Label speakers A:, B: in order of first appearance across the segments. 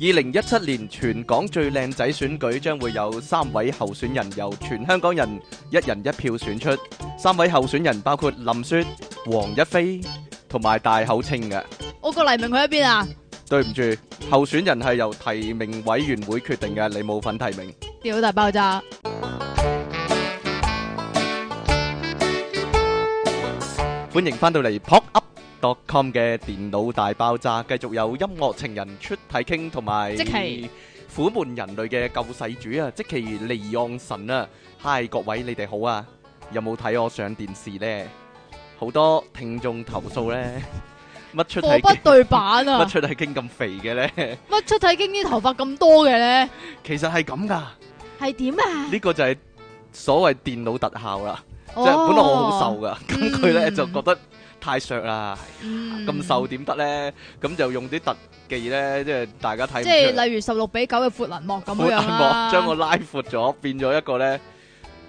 A: 二零一七年全港最靚仔選舉將會有三位候選人由全香港人一人一票選出，三位候選人包括林雪、黃一飛同埋大口清嘅。
B: 我個黎明佢喺邊啊？
A: 對唔住，候選人係由提名委員會決定嘅，你冇份提名。
B: 屌大爆炸！
A: 歡迎翻到嚟 pop up dot com 嘅電腦大爆炸，繼續有音樂情人出體傾同埋
B: 即期
A: 苦悶人類嘅救世主啊，即其離岸神啊！嗨，各位你哋好啊！有冇睇我上電視呢？好多聽眾投訴呢， 乜出體
B: 貨不
A: 傾
B: 對版 啊
A: 乜！出體傾咁肥嘅呢？
B: 乜出體經啲頭髮咁多嘅咧？
A: 其實係咁噶，
B: 係點啊？
A: 呢個就係所謂電腦特效啦。
B: 即
A: 即係本來我好瘦，噶，咁佢咧
B: 嗯
A: 就覺得太削啦，咁
B: 咁
A: 瘦點得咧？咁就用啲特技咧，即係大家睇唔
B: 即係
A: 出。
B: 例如十六比九嘅闊輪幕咁
A: 好
B: 樣
A: 大
B: 啦。
A: 幕將我拉闊咗，變咗一個咧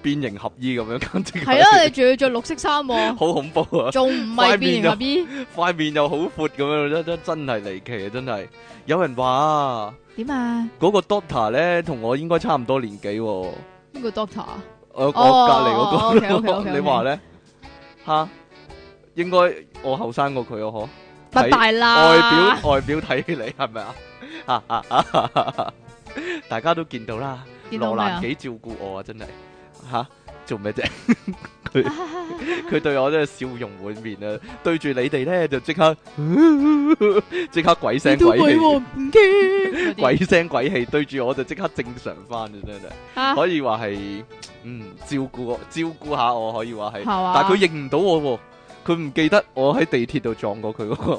A: 變形合衣咁樣，簡直
B: 係啊，你仲要着綠色衫喎，
A: 好恐怖啊！
B: 仲唔係變形合衣？
A: 塊面又好闊咁樣，真真真係離奇啊！真係有人話
B: 點啊？
A: 嗰個 Doctor 咧同我應該差唔多年紀喎，我
B: 邊個 doctor 啊？
A: 我隔
B: 哦
A: 離嗰個，
B: OK，OK，OK，OK
A: 你話咧吓？應該我後生過佢啊，嗬？
B: 拜拜啦！
A: 外表外表睇起嚟係咪啊？啊啊啊！大家都見到啦，
B: 見
A: 羅
B: 到未啊
A: 蘭 幾照顧我啊，真係吓做咩啫？ 佢對我真係笑容滿面啊！對住你哋咧就即刻 即刻鬼聲
B: 你都
A: 鬼
B: 鬼
A: 氣，
B: 我唔驚。
A: 鬼聲鬼氣對住我就即刻正常翻啊！真係
B: 啊
A: 可以話係嗯照顧我照顧下我可以話係。
B: 係嘛？
A: 但係佢認唔到我喎，佢唔記得我喺地鐵度撞過佢嗰個，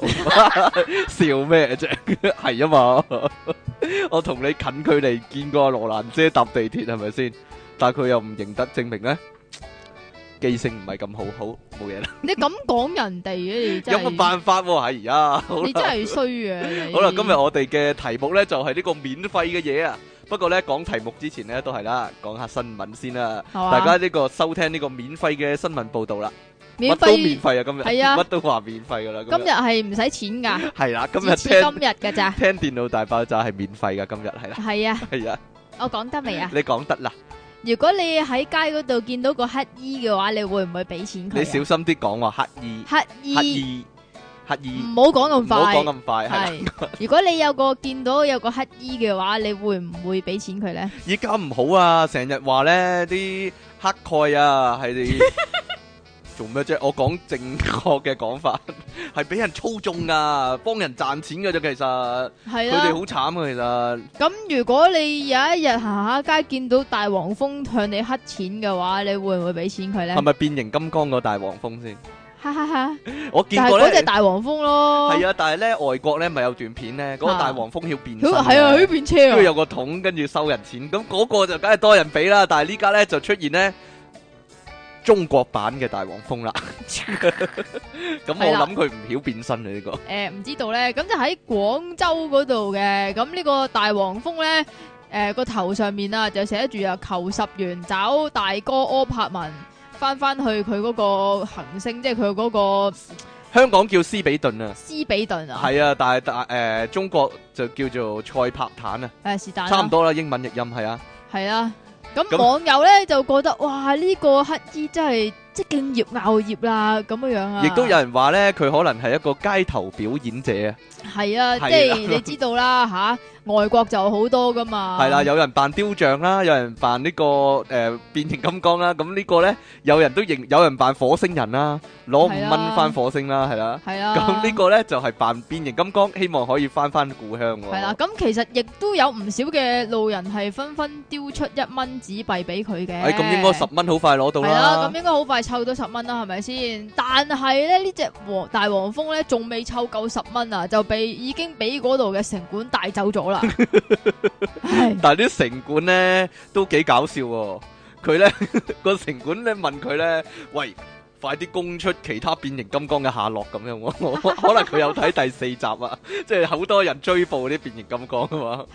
A: 笑咩啫？ 係啊嘛，我同你近距離見過羅蘭姐搭地鐵係咪先？但係佢又唔認得，證明咧記性唔係咁好，好冇嘢啦。
B: 你咁講人哋嘅，你真
A: 有冇
B: 係
A: 辦法喎？係而家好
B: 你
A: 啦
B: 真。係衰嘅。你
A: 好啦，今日我哋嘅題目呢就係呢個免費嘅嘢啊。不過呢，講題目之前呢都係啦，講下新聞先啦。
B: 係嘛
A: 大家呢個收聽呢個免費嘅新聞報道啦。
B: 免
A: 乜都免
B: 費，
A: 費啊！今日
B: 係啊
A: 乜都話免費噶啦。
B: 今日係唔使錢㗎。
A: 係啦， 今日
B: 截至
A: 聽
B: 今日嘅咋？
A: 聽電腦大爆炸係免費噶，今日係 啦，
B: 係啊，
A: 係啊，
B: 我講得 未啊？
A: 你講得啦，
B: 如果你喺街嗰度見到個乞衣嘅話，你會唔會俾錢佢
A: 你
B: 啊？
A: 小心啲講話乞衣，
B: 乞
A: 乞
B: 衣，
A: 衣，乞
B: 唔
A: 衣，
B: 好講
A: 唔
B: 咁
A: 好講
B: 快。
A: 咁快，係啦，
B: 係，如果你有個見到有個乞衣嘅話，你會唔會俾錢佢咧？
A: 依家唔好啊，成日話咧啲乞丐啊 係你做咩啫？我講正確嘅講法， 係俾人操縱啊，幫人賺錢噶啫，其實
B: 係
A: 佢
B: 啦
A: 哋。好慘啊，
B: 咁如果你有一日行下街見到大黃蜂向你乞錢嘅話，你會唔會俾錢佢
A: 其
B: 咧
A: 實係？咪變形金剛個大黃蜂先？
B: 哈哈哈！
A: 我
B: 就
A: 見
B: 係
A: 過
B: 嗰
A: 咧
B: 只。大黃蜂咯。
A: 係啊，但係咧外國咧咪有段片咧，嗰、個
B: 啊
A: 大黃蜂要變身
B: 佢
A: 嘅，
B: 係啊，佢變車
A: 跟住
B: 啊，
A: 有個桶，跟住收人錢，咁嗰個就梗係多人俾啦。但係呢家咧就出現咧中國版嘅大黃 蜂啦。咁
B: 係
A: 我
B: 啦
A: 諗佢唔曉變身啊呢、個
B: 誒唔知道咧，咁就喺廣州嗰度嘅，咁呢個大黃蜂咧，誒個頭上面啊就寫住啊求十元找大哥柯柏文翻翻去佢嗰個行星，即係佢嗰個
A: 香港叫斯比頓啊，
B: 斯比頓啊，
A: 係啊，但係但誒中國就叫做塞柏坦啊，
B: 誒是但啦
A: 差唔多啦，英文譯音係啊。
B: 係啦。
A: 咁
B: 咁網友咧就覺得哇呢、個乞衣真係即敬業熬業啦咁樣樣啊，
A: 亦都有人話咧，佢可能係一個街頭表演者啊，
B: 係啊，即
A: 係啦
B: 係你知道啦吓、外國就好多噶嘛，
A: 係啦，有人扮雕像啦，有人扮呢、個誒、呃、變形金剛啦，咁呢個咧有人都認，有人扮火星人啦，攞五
B: 係
A: 蚊
B: 啦
A: 翻火星啦，係啦，
B: 係啊啦，
A: 咁呢個咧就係扮變形金剛，希望可以翻翻故鄉喎。
B: 系啦，，咁其實亦都有唔少嘅路人係紛紛丟出一蚊紙幣俾佢嘅。
A: 誒哎咁應該十蚊好快攞到
B: 係啦，
A: 啦
B: 咁，應該好快湊到十蚊啦，係咪先？但係咧呢只黃大黃蜂咧，仲未湊夠十蚊啊，就被已經俾嗰度嘅城管帶走 咗啦。唉，
A: 但係啲城管 咧都幾搞笑喎，佢咧個城管咧問佢咧，喂。快啲供出其他變形金剛嘅下落咁樣喎。 我可能佢有睇第四集啊， 即係好多人追捕啲變形金剛啊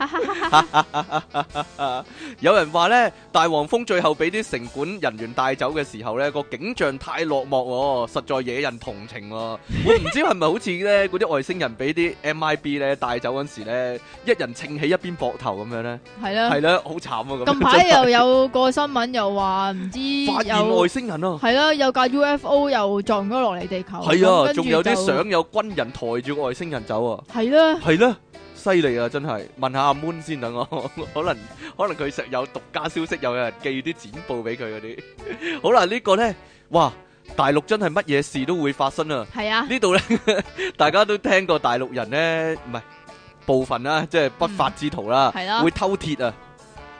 A: 嘛。 有人話呢，大黃蜂最後俾啲城管人員帶走嘅時候呢，個景象太落寞喎，實在惹人同情喎。我唔知係咪好似呢嗰啲外星人俾啲 MIB 呢帶走嗰陣時呢，一人撐起一邊膊頭咁樣呢，
B: 係啦
A: 係。啦，好慘啊咁樣。
B: 近排又有個新聞又話唔知
A: 發現
B: 有
A: 外星人啊！
B: 係啦，有架 UFO 又撞咗落嚟地球。
A: 系啊，
B: 咁跟住
A: 仲 à, 有啲
B: 就
A: 相有軍人抬住外星人走啊，
B: 係啦，
A: 係啦，犀利啊，真係。問下阿 Moon 先等我， 可能可能佢實有獨家消息，又有人寄啲剪報俾佢嗰啲。好啦，呢個呢，哇，大陸真係乜嘢事都會發生啊！
B: 係啊，
A: 呢 度呢，大家都聽過大陸人呢，唔係部分啦，即係不法之徒啦，
B: 係啦
A: 會偷鐵啊，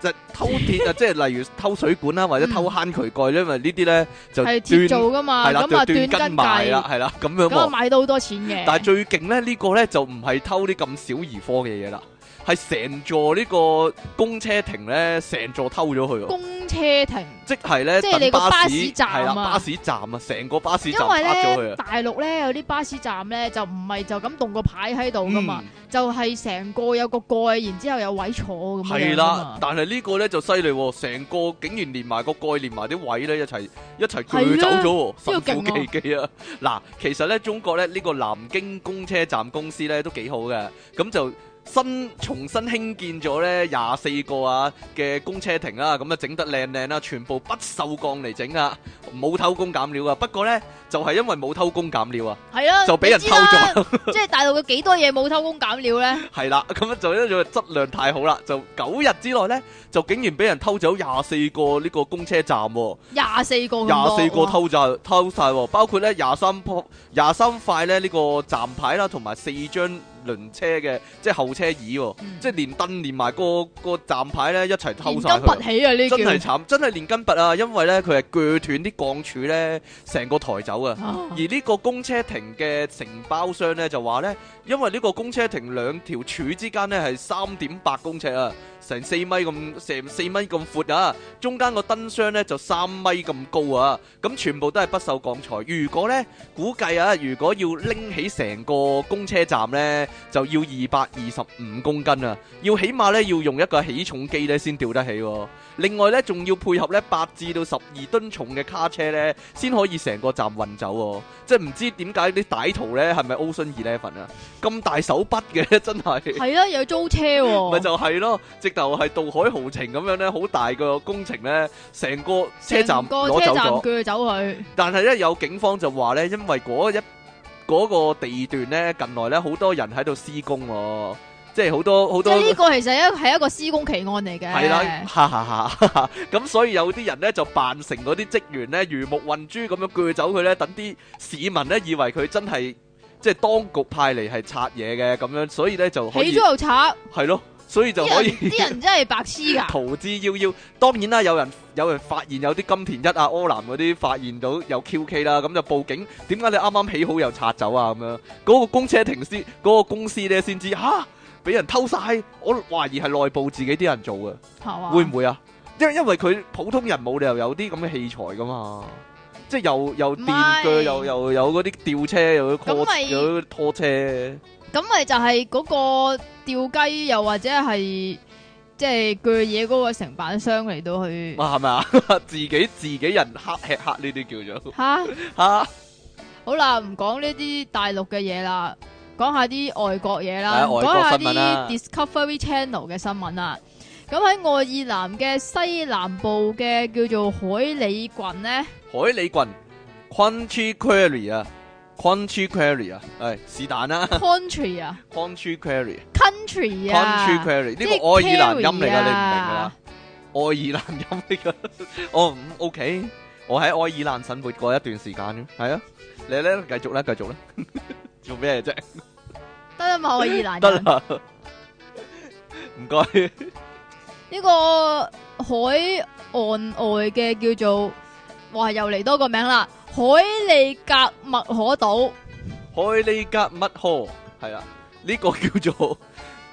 A: 即係偷鐵啊，即 係例如偷水管啦，或者偷坑渠蓋咧，因為呢啲呢，就
B: 係
A: 斷
B: 鐵做噶嘛，
A: 係啦，
B: 咁啊
A: 就斷
B: 根
A: 筋埋啦，
B: 計，
A: 係啦，咁樣
B: 咁啊
A: 喎。
B: 買到好多錢嘅。
A: 但係最勁咧，呢個咧就唔係偷啲咁小兒科嘅嘢啦，係成座呢個公車亭咧，成座偷咗佢喎。
B: 公車停，
A: 即係咧，
B: 即係
A: 等
B: 你個
A: 巴
B: 巴
A: 士
B: 士站啊
A: 係啦，巴士站啊，成個巴士
B: 因
A: 站
B: 為
A: 呃咗佢
B: 咧
A: 啊。
B: 大陸咧有啲巴士站咧就唔係就咁棟個牌喺度噶嘛，
A: 嗯
B: 就係成個有個蓋，然之後有位坐咁樣
A: 係
B: 㗎
A: 啦
B: 嘛，。
A: 但係呢個咧就犀利喎，成個竟然連埋個蓋，連埋啲位咧一齊一齊
B: 係
A: 鋸走
B: 啦
A: 咗喎，
B: 呢個
A: 神乎
B: 勁
A: 其技啊！嗱，其實咧中國咧呢個南京公車站公司咧都幾好嘅，咁就。新重新興建咗咧廿四個啊嘅公車亭啦，咁啊整得靚靚啦，全部不鏽鋼嚟整啊，冇偷工減料啊。不過咧就係、因為冇偷工減料啊，
B: 係啦，
A: 就俾人
B: 你知啦
A: 偷。
B: 即係大陸有幾多嘢冇偷工減料咧？
A: 係啦，咁樣就因為質量太好啦，就九日之內咧就竟然俾人偷走廿四個呢個公車站喎、
B: 廿四個咁
A: 廿
B: 多
A: 四個
B: 哇
A: 偷晒，偷晒喎，包括咧廿三樖廿三塊咧呢個站牌啦，同埋四張輪車嘅即係後車椅喎，
B: 嗯
A: 即係連凳連埋個個站牌咧一齊偷
B: 連
A: 晒
B: 嗯根拔
A: 佢。
B: 起啊！呢
A: 真係
B: 叫
A: 慘，真係連根拔啊！因為咧佢係鋸斷啲鋼柱咧，成個抬走啊！
B: 啊
A: 而呢個公車亭嘅承包商呢，就話呢，因為呢個公車亭兩條柱之間呢係三點八公尺啊，成四米咁成四米咁闊啊，中間個燈箱呢就三米咁高啊，咁全部都係不鏽鋼材。如果呢，估計啊，如果要拎起成個公車站呢，就要二百二十五公斤啊，要起碼呢，要用一個起重機呢先吊得起喎、另外呢，仲要配合呢八至到十二噸重嘅卡車呢，先可以成個站運走喎、即係唔知點解啲歹徒呢係咪 Ocean Eleven 啊？咁大手筆嘅 真係，
B: 係啦，啊又要租車喎，
A: 咪就係咯，直頭係渡海豪情咁樣呢，好大個工程呢，成個車站
B: 成個
A: 攞走
B: 車站
A: 咗。
B: 鋸走佢，
A: 但係咧有警方就話咧，因為嗰一嗰、個地段咧，近來咧好多人喺度施工喎、即係好多好
B: 即
A: 多
B: 係呢個其實一係一個施工奇案嚟嘅。
A: 係啦，哈哈 哈！咁所以有啲人咧就扮成嗰啲職員咧，魚目混珠咁樣鋸走佢咧，等啲市民咧以為佢真係即係當局派嚟係拆嘢嘅咁樣，所以咧就可
B: 起
A: 以
B: 咗又拆，
A: 係咯，所以就可
B: 啲
A: 以
B: 人。啲人真係白痴㗎。
A: 逃之夭夭。當然啦，有人有人發現有啲金田一啊、柯南嗰啲發現到有 QK 啦，咁就報警。點解你啱啱起好又拆走啊？咁樣嗰、個公車停司嗰、個公司咧先知吓，俾人偷晒。我懷疑係內部自己啲人做嘅，
B: 係嘛？
A: 會唔會啊？因因為佢普通人冇理由有啲咁嘅器材噶嘛。即係又又電鋸，
B: 唔係
A: 又又有嗰啲吊車，又有拖
B: 咁咪
A: 有拖 車，
B: 咁咪就係嗰個吊雞，又或者係即係鋸嘢嗰個承辦商嚟到去
A: 哇係咪啊？ 自己自己人黑吃黑呢啲叫做
B: 吓。
A: 嚇。
B: 好啦，唔講呢啲大陸嘅嘢啦，講下啲外國嘢啦，
A: 係啊外
B: 講
A: 國
B: 下
A: 新聞啦
B: 啲 Discovery Channel 嘅新聞啦。咁喺愛爾蘭嘅西南部嘅叫做海里 郡呢，
A: 海里郡 （Country Quarry） 啊，Country Quarry 啊，係是但 啦
B: country 啊
A: ，Country Quarry，Country
B: ，country 啊
A: Quarry
B: 即
A: 呢
B: 係
A: 個愛爾蘭音嚟噶，你唔
B: carry
A: 明噶啦
B: 啊，
A: 愛爾蘭音嚟噶，哦嗯 OK，我喺愛爾蘭生活過一段時間嘅，係啊，你咧繼續啦，繼續啦， 做咩啫？
B: 得啦嘛，愛爾蘭
A: 得
B: 人
A: 啦，唔該，
B: 呢個海岸外嘅叫做，哇又嚟多個名啦，海利格麥可島，
A: 海里格乜河係啦，呢個叫做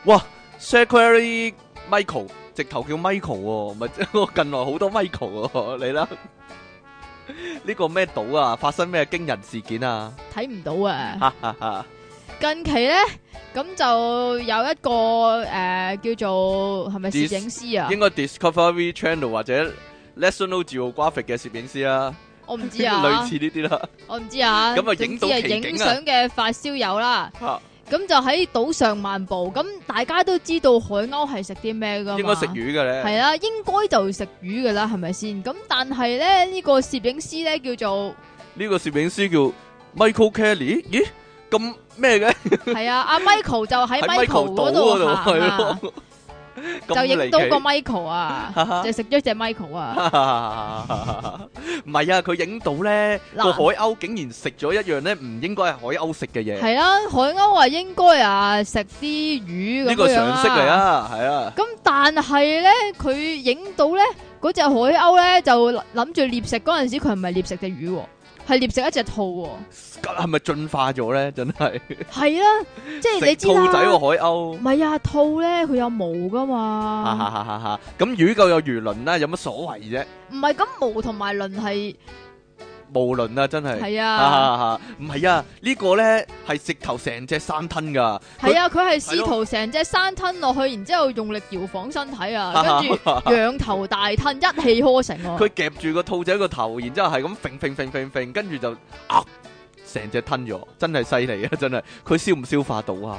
A: 哇 Secretary à, Michael，直頭叫 Michael 喎，咪我近來好多 Michael 喎，你啦。呢個咩島啊？發生咩驚人事件啊？
B: 睇唔到啊！
A: 哈哈哈！
B: 近期咧，咁就有一個诶、呃叫做係咪攝影師啊？
A: 應該 Discovery Channel 或者 National Geographic 嘅攝影師啦，
B: 我唔知
A: 類
B: 啊
A: 似，呢啲啦。
B: 我唔知啊。
A: 咁啊
B: 總
A: 影到
B: 之係
A: 奇景啊
B: 影相嘅發燒友啦，
A: 嚇
B: 咁就喺島上漫步。咁大家都知道海鷗係食啲咩噶嘛？
A: 應該食魚嘅咧。
B: 系啦，應該就食魚噶啦，係咪先？咁但係咧，呢、個攝影師咧叫做
A: 呢個攝影師叫 Michael Kelly，咦咁咩嘅？
B: 係啊，阿 Michael 就喺
A: 喺
B: Michael 嗰
A: 島
B: 度
A: 嗰
B: 行啊，
A: 度係咯，
B: 就影到個
A: 咁
B: Michael 啊，就食咗只 Michael 啊，
A: 離 奇。唔係啊，佢影到咧
B: 嗱
A: 個海鷗竟然食咗一樣咧唔應該係海鷗食嘅嘢，
B: 係啦，海鷗話應該啊食啲魚咁
A: 呢個
B: 樣
A: 常
B: 啊
A: 識嚟。啊，係啊。
B: 咁但係咧，佢影到咧嗰只海鷗咧就諗住獵食嗰陣時，佢唔係獵食只魚喎，係獵食一隻兔喎。
A: 係咪進化咗咧？真係
B: 係啦，即係你
A: 食
B: 知
A: 兔仔喎
B: 啦，
A: 海鷗
B: 唔。係啊，兔咧佢有毛噶
A: 哈
B: 嘛
A: 哈。哈哈哈！咁魚夠有魚鱗啦，有乜所謂啫？
B: 唔係咁毛同埋輪係
A: 無論啊，真係。
B: 係
A: 哈
B: 啊，
A: 哈哈！唔係啊，呢個咧係直頭成隻生吞㗎。
B: 係啊，佢係
A: 係
B: 試
A: 咯
B: 圖成隻山吞落去，然之后用力搖晃身體啊，跟 住仰頭大吞，一氣呵成啊！
A: 佢夾住個兔仔個頭，然之後係咁揈揈揈揈揈，跟住就啊成隻吞咗，真係犀利啊！真係，佢消唔消化到啊？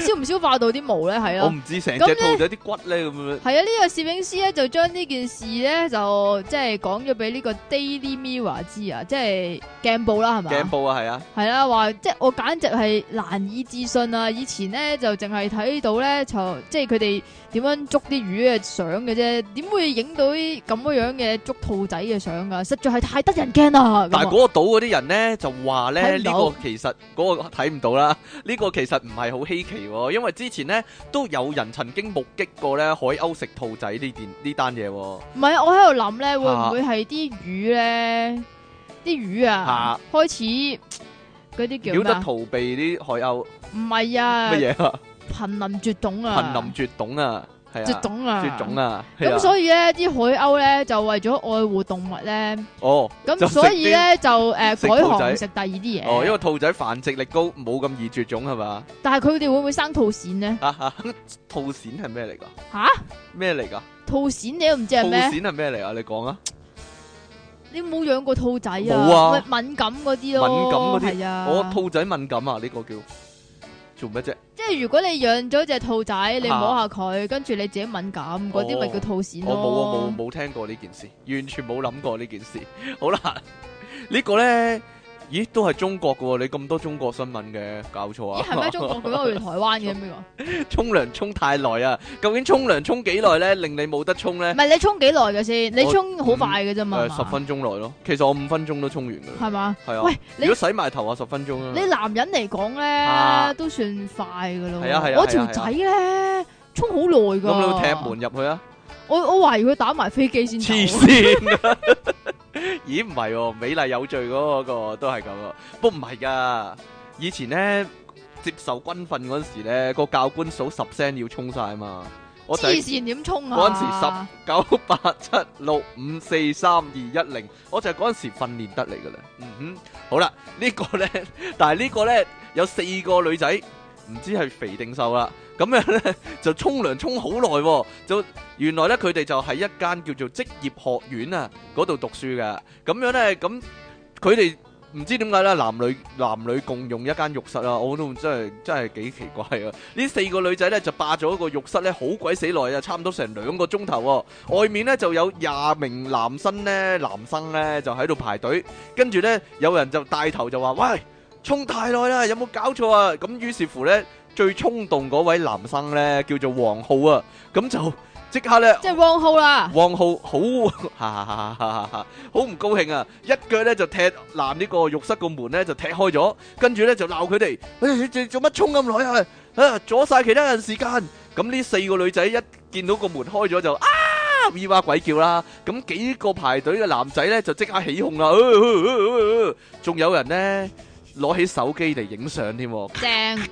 B: 消唔消化到啲毛咧？係
A: 我
B: 啊，
A: 唔知成
B: 咁
A: 隻
B: 呢
A: 兔仔啲骨哦咧咁樣
B: 係啊！呢個攝影師咧就將呢件事咧就即係講咗俾呢個 Daily Mirror 知啊，即係鏡報啦，係
A: 頸
B: 咪？
A: 部啊，係啊，
B: 係啦，話即係我簡直係難以置信啊！以前咧就淨係睇到咧就即係佢哋點樣捉啲魚嘅相嘅啫，點會影到啲咁樣嘅捉兔仔嘅相噶？實在係太得人驚啦！
A: 但係
B: 咁
A: 嗰
B: 啊
A: 個島嗰啲人咧就話咧
B: 睇唔
A: 呢
B: 到
A: 個其實嗰、個睇唔到啦，呢、個其實唔係好稀奇喎，因為之前咧都有人曾經目擊過咧海鷗食兔仔呢件呢單嘢喎，
B: 唔係，我喺度諗咧，會唔會係啲魚咧？啲魚啊
A: 啊，
B: 開始嘖嗰啲叫
A: 曉
B: 咩
A: 得
B: 啊？
A: 逃避啲海鷗
B: 唔係啊，
A: 乜嘢啊，
B: 瀕臨絕種
A: 瀕
B: 啊，
A: 臨絕種啊，係啊，
B: 絕種啊，
A: 絕種啊，係啊
B: 咁所以咧，啲海鷗咧就為咗愛護動物咧。
A: 哦。就
B: 咁
A: 食
B: 所以咧就诶
A: 食
B: 改
A: 兔仔
B: 行食第二啲嘢，
A: 哦，因為兔仔繁殖力高，冇咁易絕種係嘛？
B: 但係佢哋會唔會生兔癬咧？
A: 兔鱔係咩嚟㗎？
B: 吓
A: 咩嚟㗎？
B: 兔癬你都唔知
A: 兔
B: 係咩？
A: 鱔係咩嚟啊？你講啊！
B: 你有冇養過兔仔啊？
A: 冇啊
B: 咪敏感嗰啲
A: 敏感
B: 咯，
A: 嗰啲
B: 係啊。
A: 我兔仔敏感啊，呢個叫做乜啫？
B: 即係如果你養咗只兔仔，你
A: 嚇
B: 摸下佢，跟住你自己敏感，
A: 哦
B: 嗰啲咪叫兔癬
A: 我冇
B: 咯
A: 啊，。冇冇聽過呢件事，完全冇諗過呢件事。 好啦，呢個咧，咦，都係中國嘅喎，你咁多中國新聞嘅，搞錯
B: 咦，係咩？中
A: 啊！
B: 國佢我哋台灣嘅咩個？
A: 沖涼沖太耐啊，究竟沖涼沖幾耐咧，令你冇得沖咧
B: 唔？係你沖幾耐嘅先？你
A: 我嗯
B: 沖好快嘅啫嘛？
A: 誒，十分鐘內咯。其實我五分鐘都沖完㗎啦，
B: 係嘛？
A: 係啊
B: 喂。你
A: 如果洗埋頭啊，十分鐘啦
B: 你。男人嚟講
A: 啊
B: 咧，都算快噶咯。
A: 係啊係啊
B: 我條
A: 係啊係啊
B: 仔咧沖好耐噶。
A: 咁你會踢門入去啊？
B: 我我怀疑佢打埋飛機先走。
A: 黐線 啊！咦，唔係喎，美麗有罪嗰個都係咁啊，不過唔係噶，以前咧接受軍訓嗰陣時咧，個教官數十聲要衝晒啊嘛，我就
B: 黐線點衝啊！
A: 嗰陣時 九八七六五四三二一零，我就係嗰陣時訓練得嚟噶啦。嗯哼，好啦，呢個咧，但係呢個咧有四個女仔，唔知係肥定瘦啦。咁樣咧就沖涼沖好耐喎，就原來咧佢哋就喺一間叫做職業學院啊嗰度讀書噶。咁樣咧咁佢哋。唔知點解咧，男女男女共用一間浴室啊！我都真係真係幾奇怪啊！呢四個女仔咧就霸咗個浴室咧，好鬼死耐啊，差唔多成兩個鐘頭喎。外面咧就有廿名男生咧，男生咧就喺度排隊，跟住咧有人就帶頭就話：，喂，沖太耐啦，有冇搞錯啊？咁於是乎咧，最衝動嗰位男生咧叫做黃浩啊，咁就即刻咧。
B: 即係 wrong hole 啦，
A: 黃浩好， 哈哈哈哈哈好唔高興啊！一腳咧就踢爛呢個浴室個門咧就踢開咗，跟住咧就鬧佢哋，誒你哋做乜衝咁耐啊？啊，阻晒其他人時間。咁呢四個女仔一見到個門開咗就啊！咿哇鬼叫啦，咁幾個排隊嘅男仔咧就即刻起哄啦，呃呃呃呃仲有人咧攞起手機嚟影相添喎，
B: 正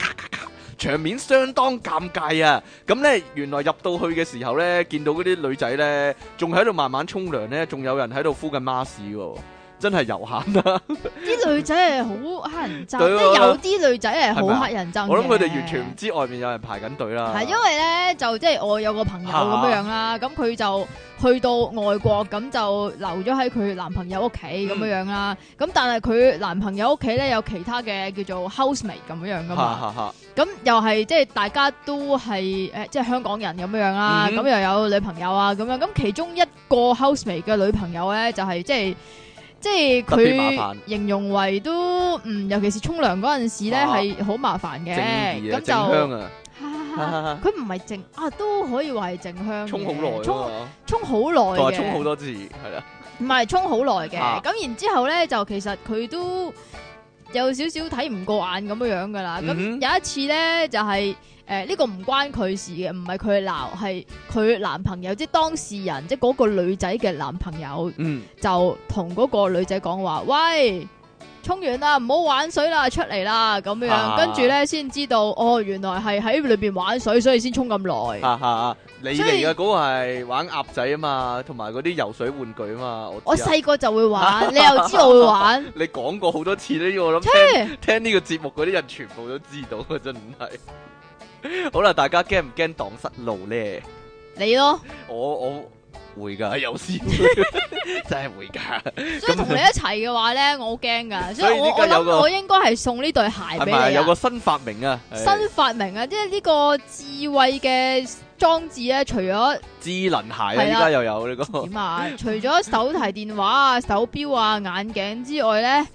A: 場面相當尷尬啊！咁呢，原來入到去嘅時候呢，見到嗰啲女仔呢，仲喺度慢慢沖涼呢，仲有人喺度敷緊孖屎喎。真係有限啊啦。
B: 啲女仔係好乞人憎，
A: 對
B: 即
A: 啊
B: 係有啲女仔係
A: 係咪
B: 好
A: 啊
B: 乞人憎嘅。
A: 我諗佢哋完全唔知外面有人排緊隊 啦。
B: 係因為咧，就即係我有個朋友咁樣樣啦，咁佢就去到外國，咁就留咗喺佢男朋友屋企
A: 嗯
B: 咁樣樣啦。咁但係佢男朋友屋企咧有其他嘅叫做 housemate 咁樣樣噶
A: 哈
B: 嘛，
A: 哈哈
B: 咁又係即係大家都係誒，即係香港人咁樣樣啦，
A: 嗯
B: 咁又有女朋友啊咁樣。咁其中一個 housemate 嘅女朋友咧，就係即係。即係
A: 特別麻
B: 佢
A: 煩
B: 形容為都嗯，尤其是沖涼嗰陣時咧，
A: 啊
B: 係好麻煩嘅
A: 正義
B: 咁
A: 啊，
B: 就
A: 正香 啊，哈
B: 啊
A: 哈哈
B: 佢唔係靜啊，都可以話係靜香嘅，
A: 沖好耐
B: 嗯沖
A: 啊嘛，
B: 沖好
A: 佢
B: 耐
A: 話
B: 嘅，
A: 沖好多次，係啦，
B: 唔係沖好耐嘅。咁、
A: 啊
B: 然之後咧，就其實佢都有少少睇唔過眼咁樣樣噶啦。咁、
A: 嗯哼
B: 有一次咧，就係誒呢個唔關佢事嘅，唔係佢鬧，係佢男朋友，即係當事人，即係嗰個女仔嘅男朋友，
A: 嗯，
B: 就同嗰個女仔講話：，喂！沖完啦，唔好玩水啦，出嚟啦，咁樣，
A: 啊
B: 跟住咧先知道，哦，原來係喺裏邊玩水，所以先沖咁耐。
A: 哈哈，你嚟
B: 所以
A: 嘅嗰個係玩鴨仔啊嘛，同埋嗰啲游水玩具啊嘛，我
B: 我
A: 知啊
B: 細個就會玩， 你又知我會玩，哎
A: 你講過好多次呢，我諗聽
B: 切
A: 聽呢個節目嗰啲人全部都知道啊，真係。好啦，大家驚唔驚蕩失路咧？
B: 你咯，
A: 我我會
B: 啊
A: 㗎，有時 真係會㗎，
B: 所以同你一齊嘅話咧，我好驚噶，所
A: 所
B: 以
A: 以
B: 我
A: 呢
B: 我
A: 家有個
B: 諗我應該係送呢對鞋
A: 係
B: 俾
A: 咪
B: 你
A: 有個
B: 啊，
A: 新發明啊？
B: 新發明啊，即係呢個智慧嘅裝置咧，除咗
A: 智能鞋啊，
B: 係
A: 依
B: 啦
A: 家又有呢個
B: 點啊，除咗手提電話啊、手錶啊、眼鏡之外咧，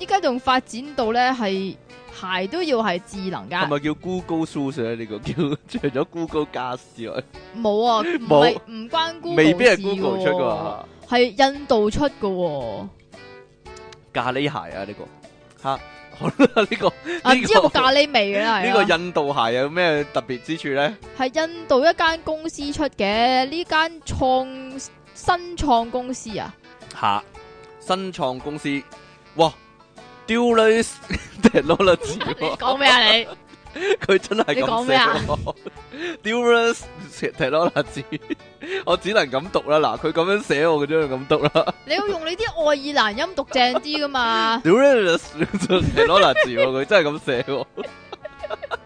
B: 依家仲發展到咧係鞋都要係智能
A: 係
B: 噶，
A: 咪叫 Google Shoes 啊咧？呢個叫 除咗 Google Glass 之外，
B: 冇啊，唔係唔關 Google
A: 未必係
B: 事
A: Google 出
B: 喎
A: 㗎，
B: 係印度出噶喎。
A: 咖喱鞋啊呢個吓，好啦呢個
B: 啊，
A: 呢個
B: 知有個咖喱味嘅 啦，
A: 呢
B: 個
A: 個印度鞋有咩特別之處咧？
B: 係印度一間公司出嘅，呢間創新創公 司啊，
A: 吓，新創公司哇 d u l u s Technology
B: 你
A: 喎
B: 講咩啊你？
A: 佢真係
B: 你講
A: 咁
B: 咩
A: 寫
B: 啊
A: 喎 Durus Technology，我 只能咁讀啦。嗱，佢咁樣寫，我就咁讀啦。
B: 你要用你啲愛爾蘭音讀正啲噶嘛？
A: Durus Technology，喎佢真係咁寫喎。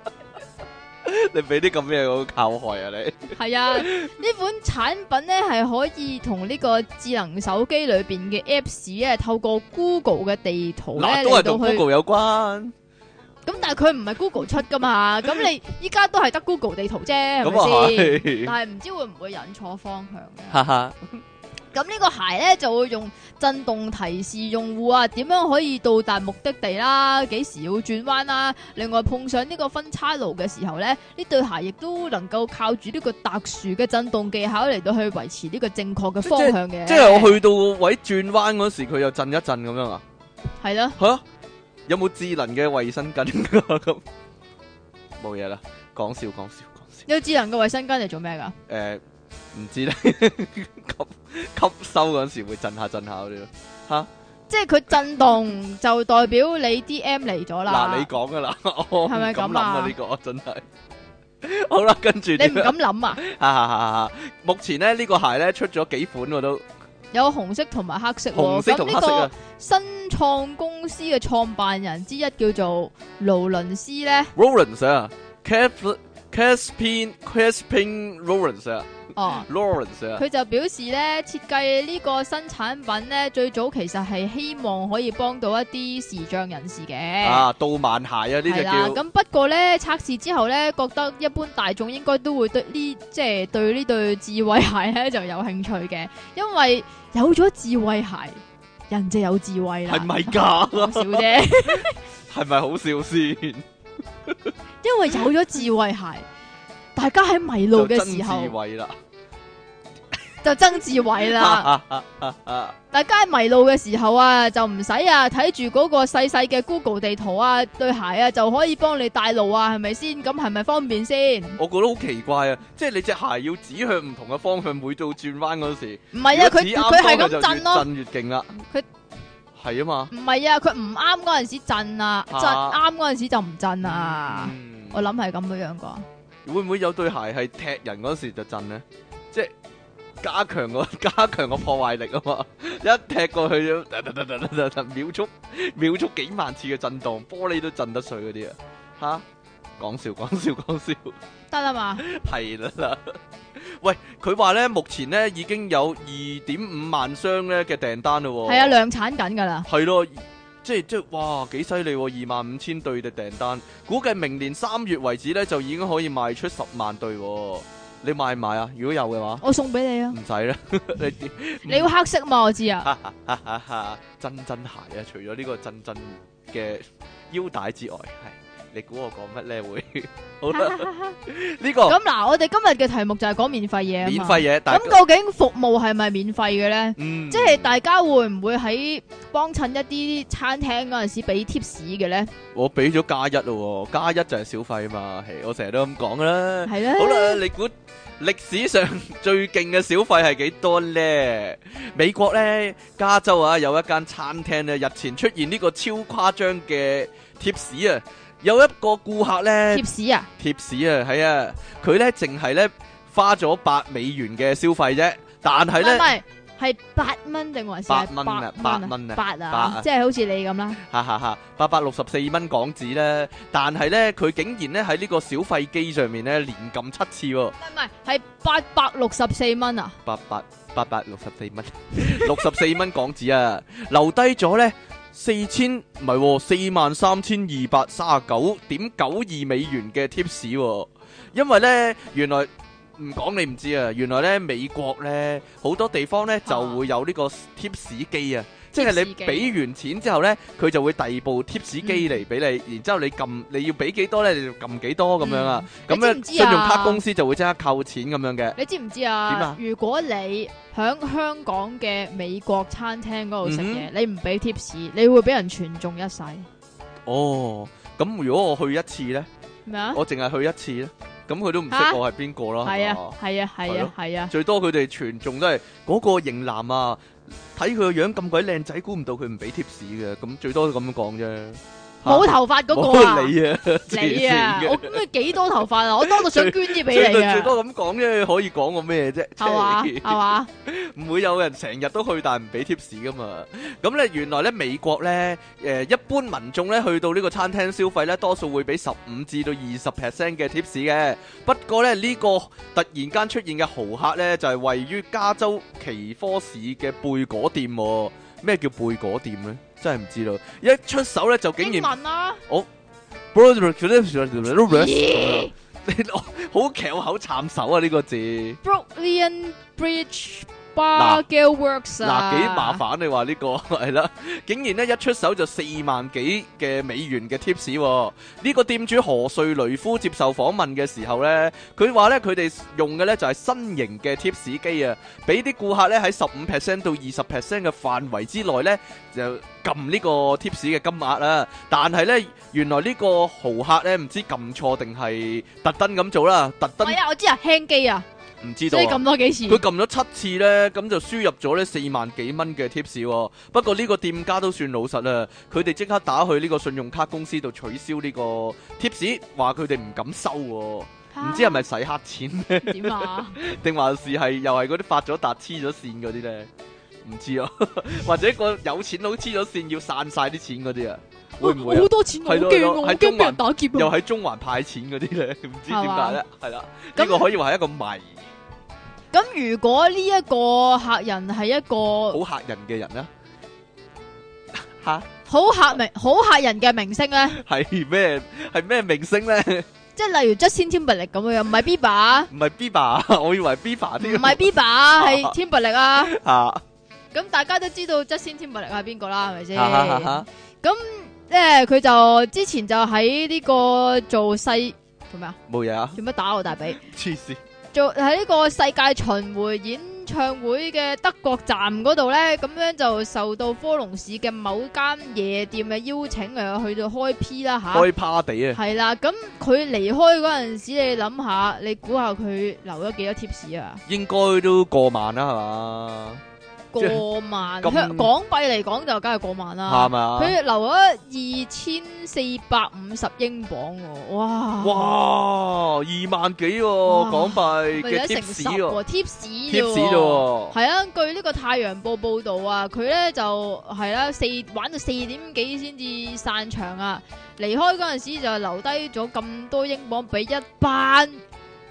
A: 你俾啲咁嘢我靠害啊你！
B: 係啊，呢款產品咧係可以同呢個智能手機裏邊嘅 Apps 咧，透過 Google 嘅地圖咧
A: 嗱，都
B: 嚟
A: 係
B: 啊到
A: 同
B: 去，
A: Google 有關，
B: 咁但係佢唔係 Google 出噶嘛，咁你依家都係得 Google 地圖啫，係
A: 咁啊
B: 咪先？
A: 係，
B: 但係唔知會唔會引錯方向 嘅？
A: 哈哈，
B: 咁呢個鞋咧就會用震動提示用戶啊，點樣可以到達目的地啦，幾時要轉彎啦。另外碰上呢個分叉路嘅時候咧，呢對鞋亦都能夠靠住呢個特殊嘅震動技巧嚟到去維持呢個正確嘅方向嘅。
A: 即係我去到位轉彎嗰時，佢又震一震咁樣啊？
B: 係咯，
A: 吓，有冇智能嘅衛生巾 㗎咁？冇嘢啦，講笑講笑講笑。
B: 有智能嘅衛生巾嚟做咩噶？
A: 诶，唔、知咧， 吸吸收嗰陣時會震下震下嗰啲咯。
B: 即係佢震動就代表你 D M 嚟咗啦。
A: 嗱，你講噶啦， 我唔
B: 係咪咁啊
A: 敢諗啊？呢個真係。 好啦，跟住
B: 你唔
A: 點啊
B: 敢諗啊？
A: 哈哈哈哈！目前咧呢個鞋咧出咗幾款我都，
B: 有紅色同埋黑色喎，
A: 紅色
B: 咁
A: 同
B: 呢
A: 黑色
B: 個
A: 啊。
B: 新創公司嘅創辦人之一叫做勞倫斯咧，
A: Rollins 啊 c a p Caspin Caspin Rollins 啊
B: 哦，
A: ，Rollins 啊，
B: 佢就表示咧，設計呢個新產品咧，最早其實係希望可以幫到一啲視障人士嘅，
A: 啊，導盲鞋啊，呢
B: 係
A: 只
B: 啦。
A: 叫
B: 咁不過咧，測試之後咧，覺得一般大眾應該都會對呢，即係對呢對智慧鞋咧就有興趣嘅，因為有咗智慧鞋，人就有智慧啦。
A: 係咪啊㗎？
B: 講笑啫？
A: 係咪好笑先？
B: 因為有咗智慧鞋，大家喺迷路
A: 就
B: 嘅
A: 真
B: 時
A: 智
B: 候。
A: 慧啦，啊
B: 就曾志偉 啦。大家迷路嘅時候啊，就唔使啊睇住嗰個細細嘅 Google 地圖啊，對鞋啊就可以幫你帶路啊，係咪先？咁係咪方便先？
A: 我覺得好奇怪啊！即係你隻鞋要指向唔同嘅方向，每到轉彎嗰時，
B: 唔係啊，
A: 如果
B: 佢
A: 指
B: 佢
A: 啱
B: 係
A: 方向
B: 咁
A: 就越
B: 震咯，
A: 震越勁啦。
B: 佢
A: 係啊嘛，
B: 唔係啊，佢唔啱嗰陣時震啊，震
A: 啊
B: 啱嗰陣時就唔震啊。
A: 嗯
B: 我諗係咁樣樣啩，
A: 會唔會有對鞋係踢 人嗰時就震咧？即係加強個加強個破壞力啊嘛！一踢過去，突突突突突突 秒速秒速幾萬次嘅震盪，玻璃都震得碎嗰啲啊！吓，講笑講笑講笑，
B: 得啦嘛，
A: 係啦。 喂，佢話咧，目前咧已經有二點五萬箱咧嘅訂單咯。
B: 係啊，量產緊㗎啦，
A: 係咯，即係即係，哇，幾犀利喎！二萬五千對嘅訂單，估計明年三月為止咧，就已經可以賣出十萬對喎。你買唔買啊？如果有嘅話，
B: 我送俾你啊，
A: 唔使啦， 你點
B: 你要黑色嘛，我知啊，
A: 真真鞋啊！除咗呢個真真嘅腰帶之外，係你估我講乜咧？會 好啦，呢個
B: 咁嗱，我哋今日嘅題目就係講免費嘢啊
A: 免
B: 嘛，
A: 費嘢，但
B: 咁究竟服務係咪免費嘅咧？
A: 嗯，
B: 即係大家會唔會喺幫襯一啲餐廳嗰陣時俾 tips 嘅咧？
A: 我俾咗加一咯喎，加一就係小費嘛，係我成日都咁講噶啦。
B: 係咧，
A: 嗯好啦，你估歷史上 最勁嘅小費係幾多呢？美國呢，加州啊有一間餐廳呢，日前出現呢個超誇張嘅貼士啊，有一個顧客呢，
B: tips 啊，
A: 貼士啊，係啊，佢呢淨係呢花咗八美元嘅消費啫，但
B: 唔
A: 係
B: 係唔
A: 呢，
B: 係，係八蚊定還是係
A: 八蚊啊
B: 八
A: 八蚊啊
B: 八
A: 八啊
B: 啊，即係好似你咁啦，
A: 哈哈哈，八百六十四蚊港紙呢，但係呢，佢竟然呢喺呢個小費機上面呢連撳七次喎、
B: 唔係唔係，係八百六十四 蚊啊，
A: 八百八百六十四蚊，六十四蚊港紙啊，留低咗呢四千唔係四萬三千二百三十九點九二美元嘅 tips，喎因為呢，原來唔講你唔知啊，原來呢美國呢好多地方呢
B: 嚇
A: 就會有呢個 tips 機啊。即係
B: tips
A: 你
B: 機
A: 俾完錢之後呢，佢就會遞部 tips 機嚟俾你，然之後你撳你要俾幾多呢？你就撳幾多咁樣啊。咁
B: 嗯
A: 樣
B: 你知唔
A: 信
B: 知啊
A: 用卡公司就會即刻扣錢咁樣嘅。
B: 你知唔知
A: 點啊
B: 啊？如果你喺香港嘅美國餐廳嗰度食嘢，
A: 嗯
B: 你唔俾 tips，你會俾人全中一世
A: 哦，咁如果我去一次呢，
B: 咩啊？
A: 我淨係去一次呢，咁佢都唔識
B: 嚇
A: 我係邊個啦，
B: 係
A: 係
B: 啊
A: 嘛，
B: 係啊，係
A: 哦係咯
B: 啊，係啊，
A: 最多佢哋全中都係嗰個型男啊，睇佢個樣咁鬼靚仔，估唔到佢唔俾貼士嘅，咁最多都咁講啫。嚇
B: 冇頭髮嗰個啊
A: 冇！你啊，
B: 你
A: 黐線
B: 啊，
A: 嘅
B: 我咁佢幾多頭髮啊？我多到想捐啲俾
A: 最
B: 你
A: 多最
B: 啊！
A: 多咁講啫，可以講我咩啫？
B: 係嘛
A: 黐
B: 係嘛，
A: 唔會有人成日都去，但係唔俾 tips 噶嘛。咁咧原來咧美國咧，誒、一般民眾咧去到呢個餐廳消費咧，多數會俾十五至到二十 percent 嘅 tips 嘅。不過咧呢、個突然間出現嘅豪客咧，就係、位於加州奇科市嘅貝果店、喎。咩叫貝果店咧？真係唔知道。一出手咧就竟
B: 英
A: 然
B: 文啦，咦
A: 好翹口慘手啊！呢、個字。
B: ，Brooklyn Bridge Bar Girl Works à.
A: 嗱，
B: 啊，
A: 幾麻煩你話呢、個 係啦，竟然咧一出手就四萬幾嘅美元嘅 tips 喎。呢、個店主何瑞雷夫接受訪問嘅時候呢，佢話呢，佢哋用嘅呢就係新型嘅 tips 機啊，俾啲顧客呢喺十五 percent 到二十 percent 嘅範圍之內呢，就撳呢個 tips 嘅金額啦。但係呢，原來呢個豪客呢唔知撳錯定係特登咁做啦，特登
B: 係啊，我知啊，輕機啊，
A: 唔知道
B: 所以
A: 啊。
B: 咁多幾次
A: 佢，撳咗七次呢，咁就輸入咗呢四萬幾蚊嘅 tips 喎。不過呢個店家都算老實啦，佢哋即刻打去呢個信用卡公司度取消呢個 tips，話佢哋唔敢收喎。唔知係咪洗黑錢，
B: 啊點啊？
A: 定還是係又係嗰啲發咗達黐咗線嗰啲呢？唔知啊， 或者個有錢佬黐咗線要散晒啲錢嗰啲啊，會唔會啊
B: 好？多錢，我
A: 係咯
B: 驚啊，我
A: 喺
B: 驚
A: 中環
B: 俾人打劫
A: 又
B: 啊！
A: 喺中環派錢嗰啲呢？ 唔知點
B: 係嘛
A: 解呢？係啦，呢
B: 咁
A: 個可以話係一個謎，
B: 咁如果呢一個客人係一個
A: 好嚇人嘅人啦。 嚇！
B: 好客明好客人嘅明星咧，
A: 係咩？係咩明星咧？
B: 即係例如 Justin Timberlake 咁樣，唔係 Bieber 啊。
A: 唔係 Bieber，我以 為 Bieber
B: 唔
A: 添。
B: 係 Bieber 啊係 Timberlake 啊，
A: 啊
B: 咁大家都知道 Justin Timberlake 係邊個啦，係咪先？
A: 啊啊
B: 即係佢就之前就喺呢個做世做咩啊？
A: 冇嘢啊！
B: 做乜打我大髀？
A: 黐線，
B: 做喺呢個世界巡迴演唱會嘅德國站嗰度咧，咁樣就受到科隆市嘅某間夜店嘅邀請，誒去到開 P 啦吓。
A: 開 party 啊！
B: 係啦，咁佢離開嗰陣時，你諗下，你估下佢留咗幾多 tips 啊？
A: 應該都過萬啦，係嘛？
B: 過萬，
A: 即係咁
B: 香港幣嚟講就梗係過萬
A: 係啊
B: 啦。
A: 嘛？
B: 啊佢留咗二千四百五十英鎊喎，哇！
A: 哇，二萬幾喎
B: 哇
A: 港幣
B: 咪有
A: 嘅
B: 成
A: tips
B: 十
A: 喎
B: 喎，tips 啫
A: ，tips 啫
B: 喎。
A: 喎。
B: 係啊，據呢個《太陽報》報導啊，佢咧就係啦，四玩到四點幾先至散場啊，離開嗰陣時就留低咗咁多英鎊俾一班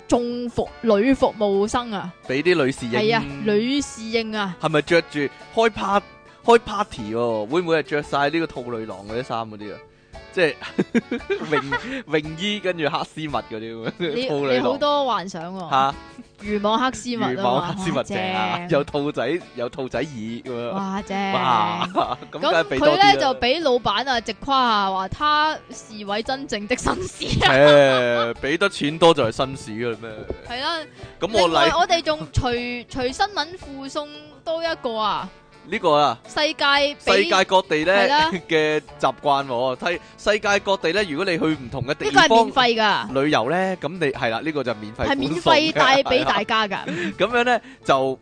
B: 仲服女服務生啊，
A: 俾啲女侍應。
B: 係啊，女侍應啊，
A: 係咪着住開 part 開 party 喎？會唔會係着晒呢個兔女郎嗰啲衫嗰啲啊？即係 泳泳衣跟住黑絲襪嗰啲咁
B: 你
A: 樣，兔女
B: 你好
A: 郎
B: 多幻想喎、
A: 嚇，
B: 漁網黑絲襪
A: 魚
B: 啊
A: 網
B: 嘛，
A: 黑絲襪正啊，有兔仔有兔仔耳咁樣，
B: 哇正！
A: 哇咁梗係
B: 咁
A: 俾多
B: 佢
A: 啲
B: 咧
A: 啦
B: 就俾老闆啊直誇下話他是位真正的紳 士啊，
A: 誒，俾得錢多就係紳士㗎啦咩？
B: 係啦。
A: 咁我
B: 另外
A: 嚟
B: 我哋仲隨隨新聞附送多一個啊，
A: 呢個啊。
B: 世界
A: 世
B: 比
A: 界各地咧
B: 係啦
A: 嘅習慣喎，睇世界各地咧，如果你去唔同嘅地
B: 呢個係
A: 方
B: 免費噶，
A: 旅遊咧，咁你係啦，呢個就免費
B: 係免
A: 費
B: 費帶俾大家噶，
A: 咁樣咧就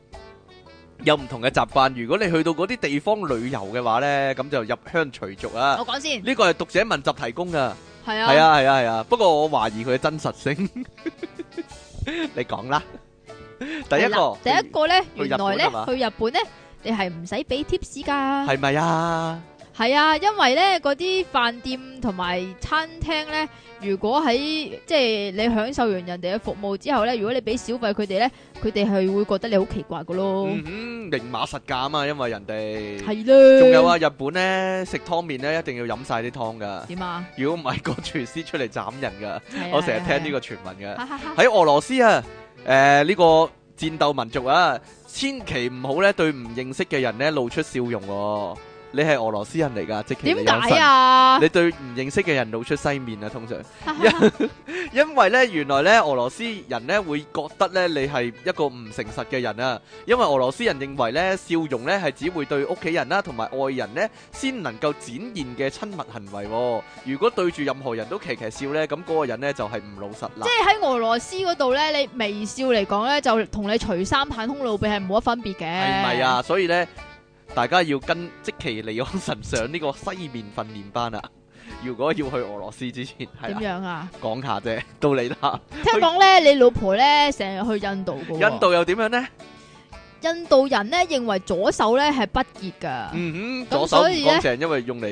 A: 有唔同嘅習慣。如果你去到嗰啲地方旅遊嘅話咧，咁就入鄉隨俗啊。
B: 我講先，
A: 呢個係讀者文集提供噶，
B: 係
A: 係
B: 啊，
A: 啊係啊係啊。不過我懷疑佢嘅真實性， 你講啦。第一
B: 係啦
A: 個，
B: 第一個咧，
A: 去日
B: 原
A: 本
B: 來咧
A: 係嘛
B: 去日本咧，你係唔使俾 tips 噶。
A: 係咪啊？
B: 系啊，因為咧嗰啲飯店同埋餐廳咧，如果喺即係你享受完人哋嘅服務之後咧，如果你俾小費佢哋咧，佢哋係會覺得你好奇怪噶咯，
A: 嗯哼，明碼實價啊嘛，因為人哋。
B: 哦係啦。
A: 仲有啊，日本咧食湯面咧一定要飲晒啲湯 噶，
B: 點啊？
A: 如果唔係個廚師出嚟斬人噶。
B: 係啊
A: 我成日聽呢
B: 係
A: 個傳聞嘅。
B: 啊係啊
A: 喺俄羅斯啊，誒、呢、個戰鬥民族啊，千祈唔好咧對唔認識嘅人咧露出笑容喎、你係俄羅斯人嚟㗎，即其
B: 點解？啊？
A: 你對唔認識嘅人露出西面啊，通常，因為咧原來咧俄羅斯人咧會覺得咧你係一個唔誠實嘅人啊，因為俄羅斯人認為咧笑容咧係只會對屋企人啦同埋愛人咧先能夠展現嘅親密行為、喎。如果對住任何人都騎騎笑咧，咁嗰個人咧就係唔老實啦
B: 即。係 喺俄羅斯嗰度咧，你微笑嚟講咧，就同你除衫袒胸露臂係冇乜分別嘅。
A: 系咪？啊？所以咧，大家要跟即其利安神上呢個西面訓練班啊！如果要去俄羅斯之前，係啦，
B: 點樣啊？
A: 講下啫，到你啦。
B: 聽講咧，你老婆咧成日去印度噶。
A: 印度又點樣呢？
B: 印度人咧認為左手咧係不潔噶，
A: 嗯哼，
B: 咁
A: 左手
B: 所
A: 唔
B: 以
A: 乾淨，因為用嚟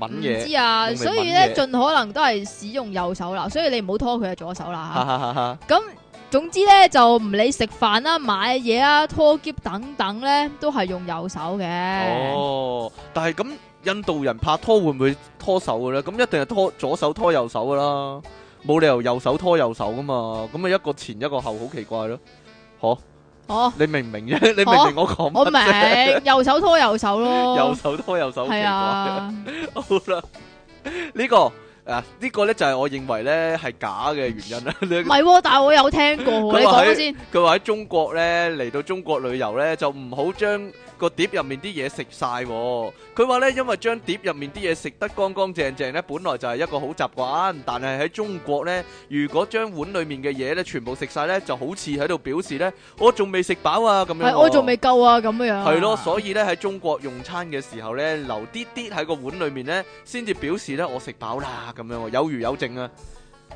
A: 揾
B: 唔
A: 嘢。
B: 知啊，
A: 用嚟
B: 所以
A: 揾嘢
B: 咧盡可能都係使用右手啦，所以你唔好拖佢嘅啊左手
A: 哈
B: 啦
A: 哈哈哈！
B: 嚇咁總之咧就唔理食飯啦、買嘢啊、拖箧等等咧，都係用右手嘅。À.
A: 哦，但係咁印度人拍拖會唔會拖手嘅咧？咁一定係拖左手拖右手噶啦，冇理由右手拖右手噶嘛。咁咪一個前一個後，好奇怪咯。嗬，
B: 哦，
A: 你明唔明啫？你明唔明我講
B: 我
A: 乜
B: 明
A: 啫？，
B: 右手拖右手
A: 右
B: 咯，
A: 手拖右手，好奇
B: 係
A: 怪。
B: 啊，
A: 好啦，呢個啊呢個咧就係我認為咧係假嘅原因啦。
B: 唔係喎，但係我有聽過喎，
A: 佢
B: 你
A: 話
B: 講
A: 喺
B: 咗先。
A: 佢話喺中國咧嚟到中國旅遊咧就唔好將個碟入面啲嘢食晒喎。佢話咧因為將碟入面啲嘢食得乾乾淨淨咧，本來就係一個好習慣，但係喺中國咧，如果將碗裡面嘅嘢咧全部食晒咧，就好似喺度表示咧我仲未食飽啊咁樣喎。
B: 係我仲未夠啊，咁樣樣。
A: 係咯，所以咧喺中國用餐嘅時候咧，留啲啲喺個碗裏面咧，先至表示咧我食飽啦咁樣喎，有餘有剩啊！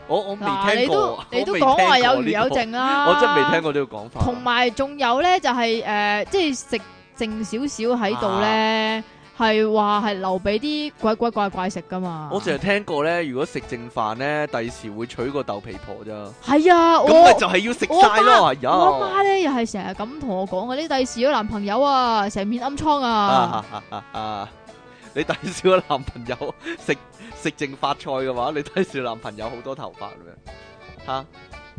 A: 我我
B: 嗱，
A: 未
B: 你
A: 聽
B: 都
A: 過，
B: 你都
A: 講
B: 講話有餘有，剩啦，
A: 我真係未聽過呢個講法。
B: 啊
A: 啊
B: 同埋仲有咧，就係、呃即係食剩少少喺度
A: 啊
B: 咧，係話係留俾啲鬼鬼怪怪食噶嘛。
A: 我淨係聽過咧，如果食剩飯咧，第時會娶個豆皮婆咋，咁
B: 係啊，我
A: 咪就係啊要食晒咯，哎
B: 我阿媽
A: 係
B: 咧又係成日咁同我講嘅，你第時有男朋友啊，成面暗瘡啊，
A: 啊！你第時個男朋友 食食剩發菜嘅話，你第時男朋友好多頭髮嘅吓，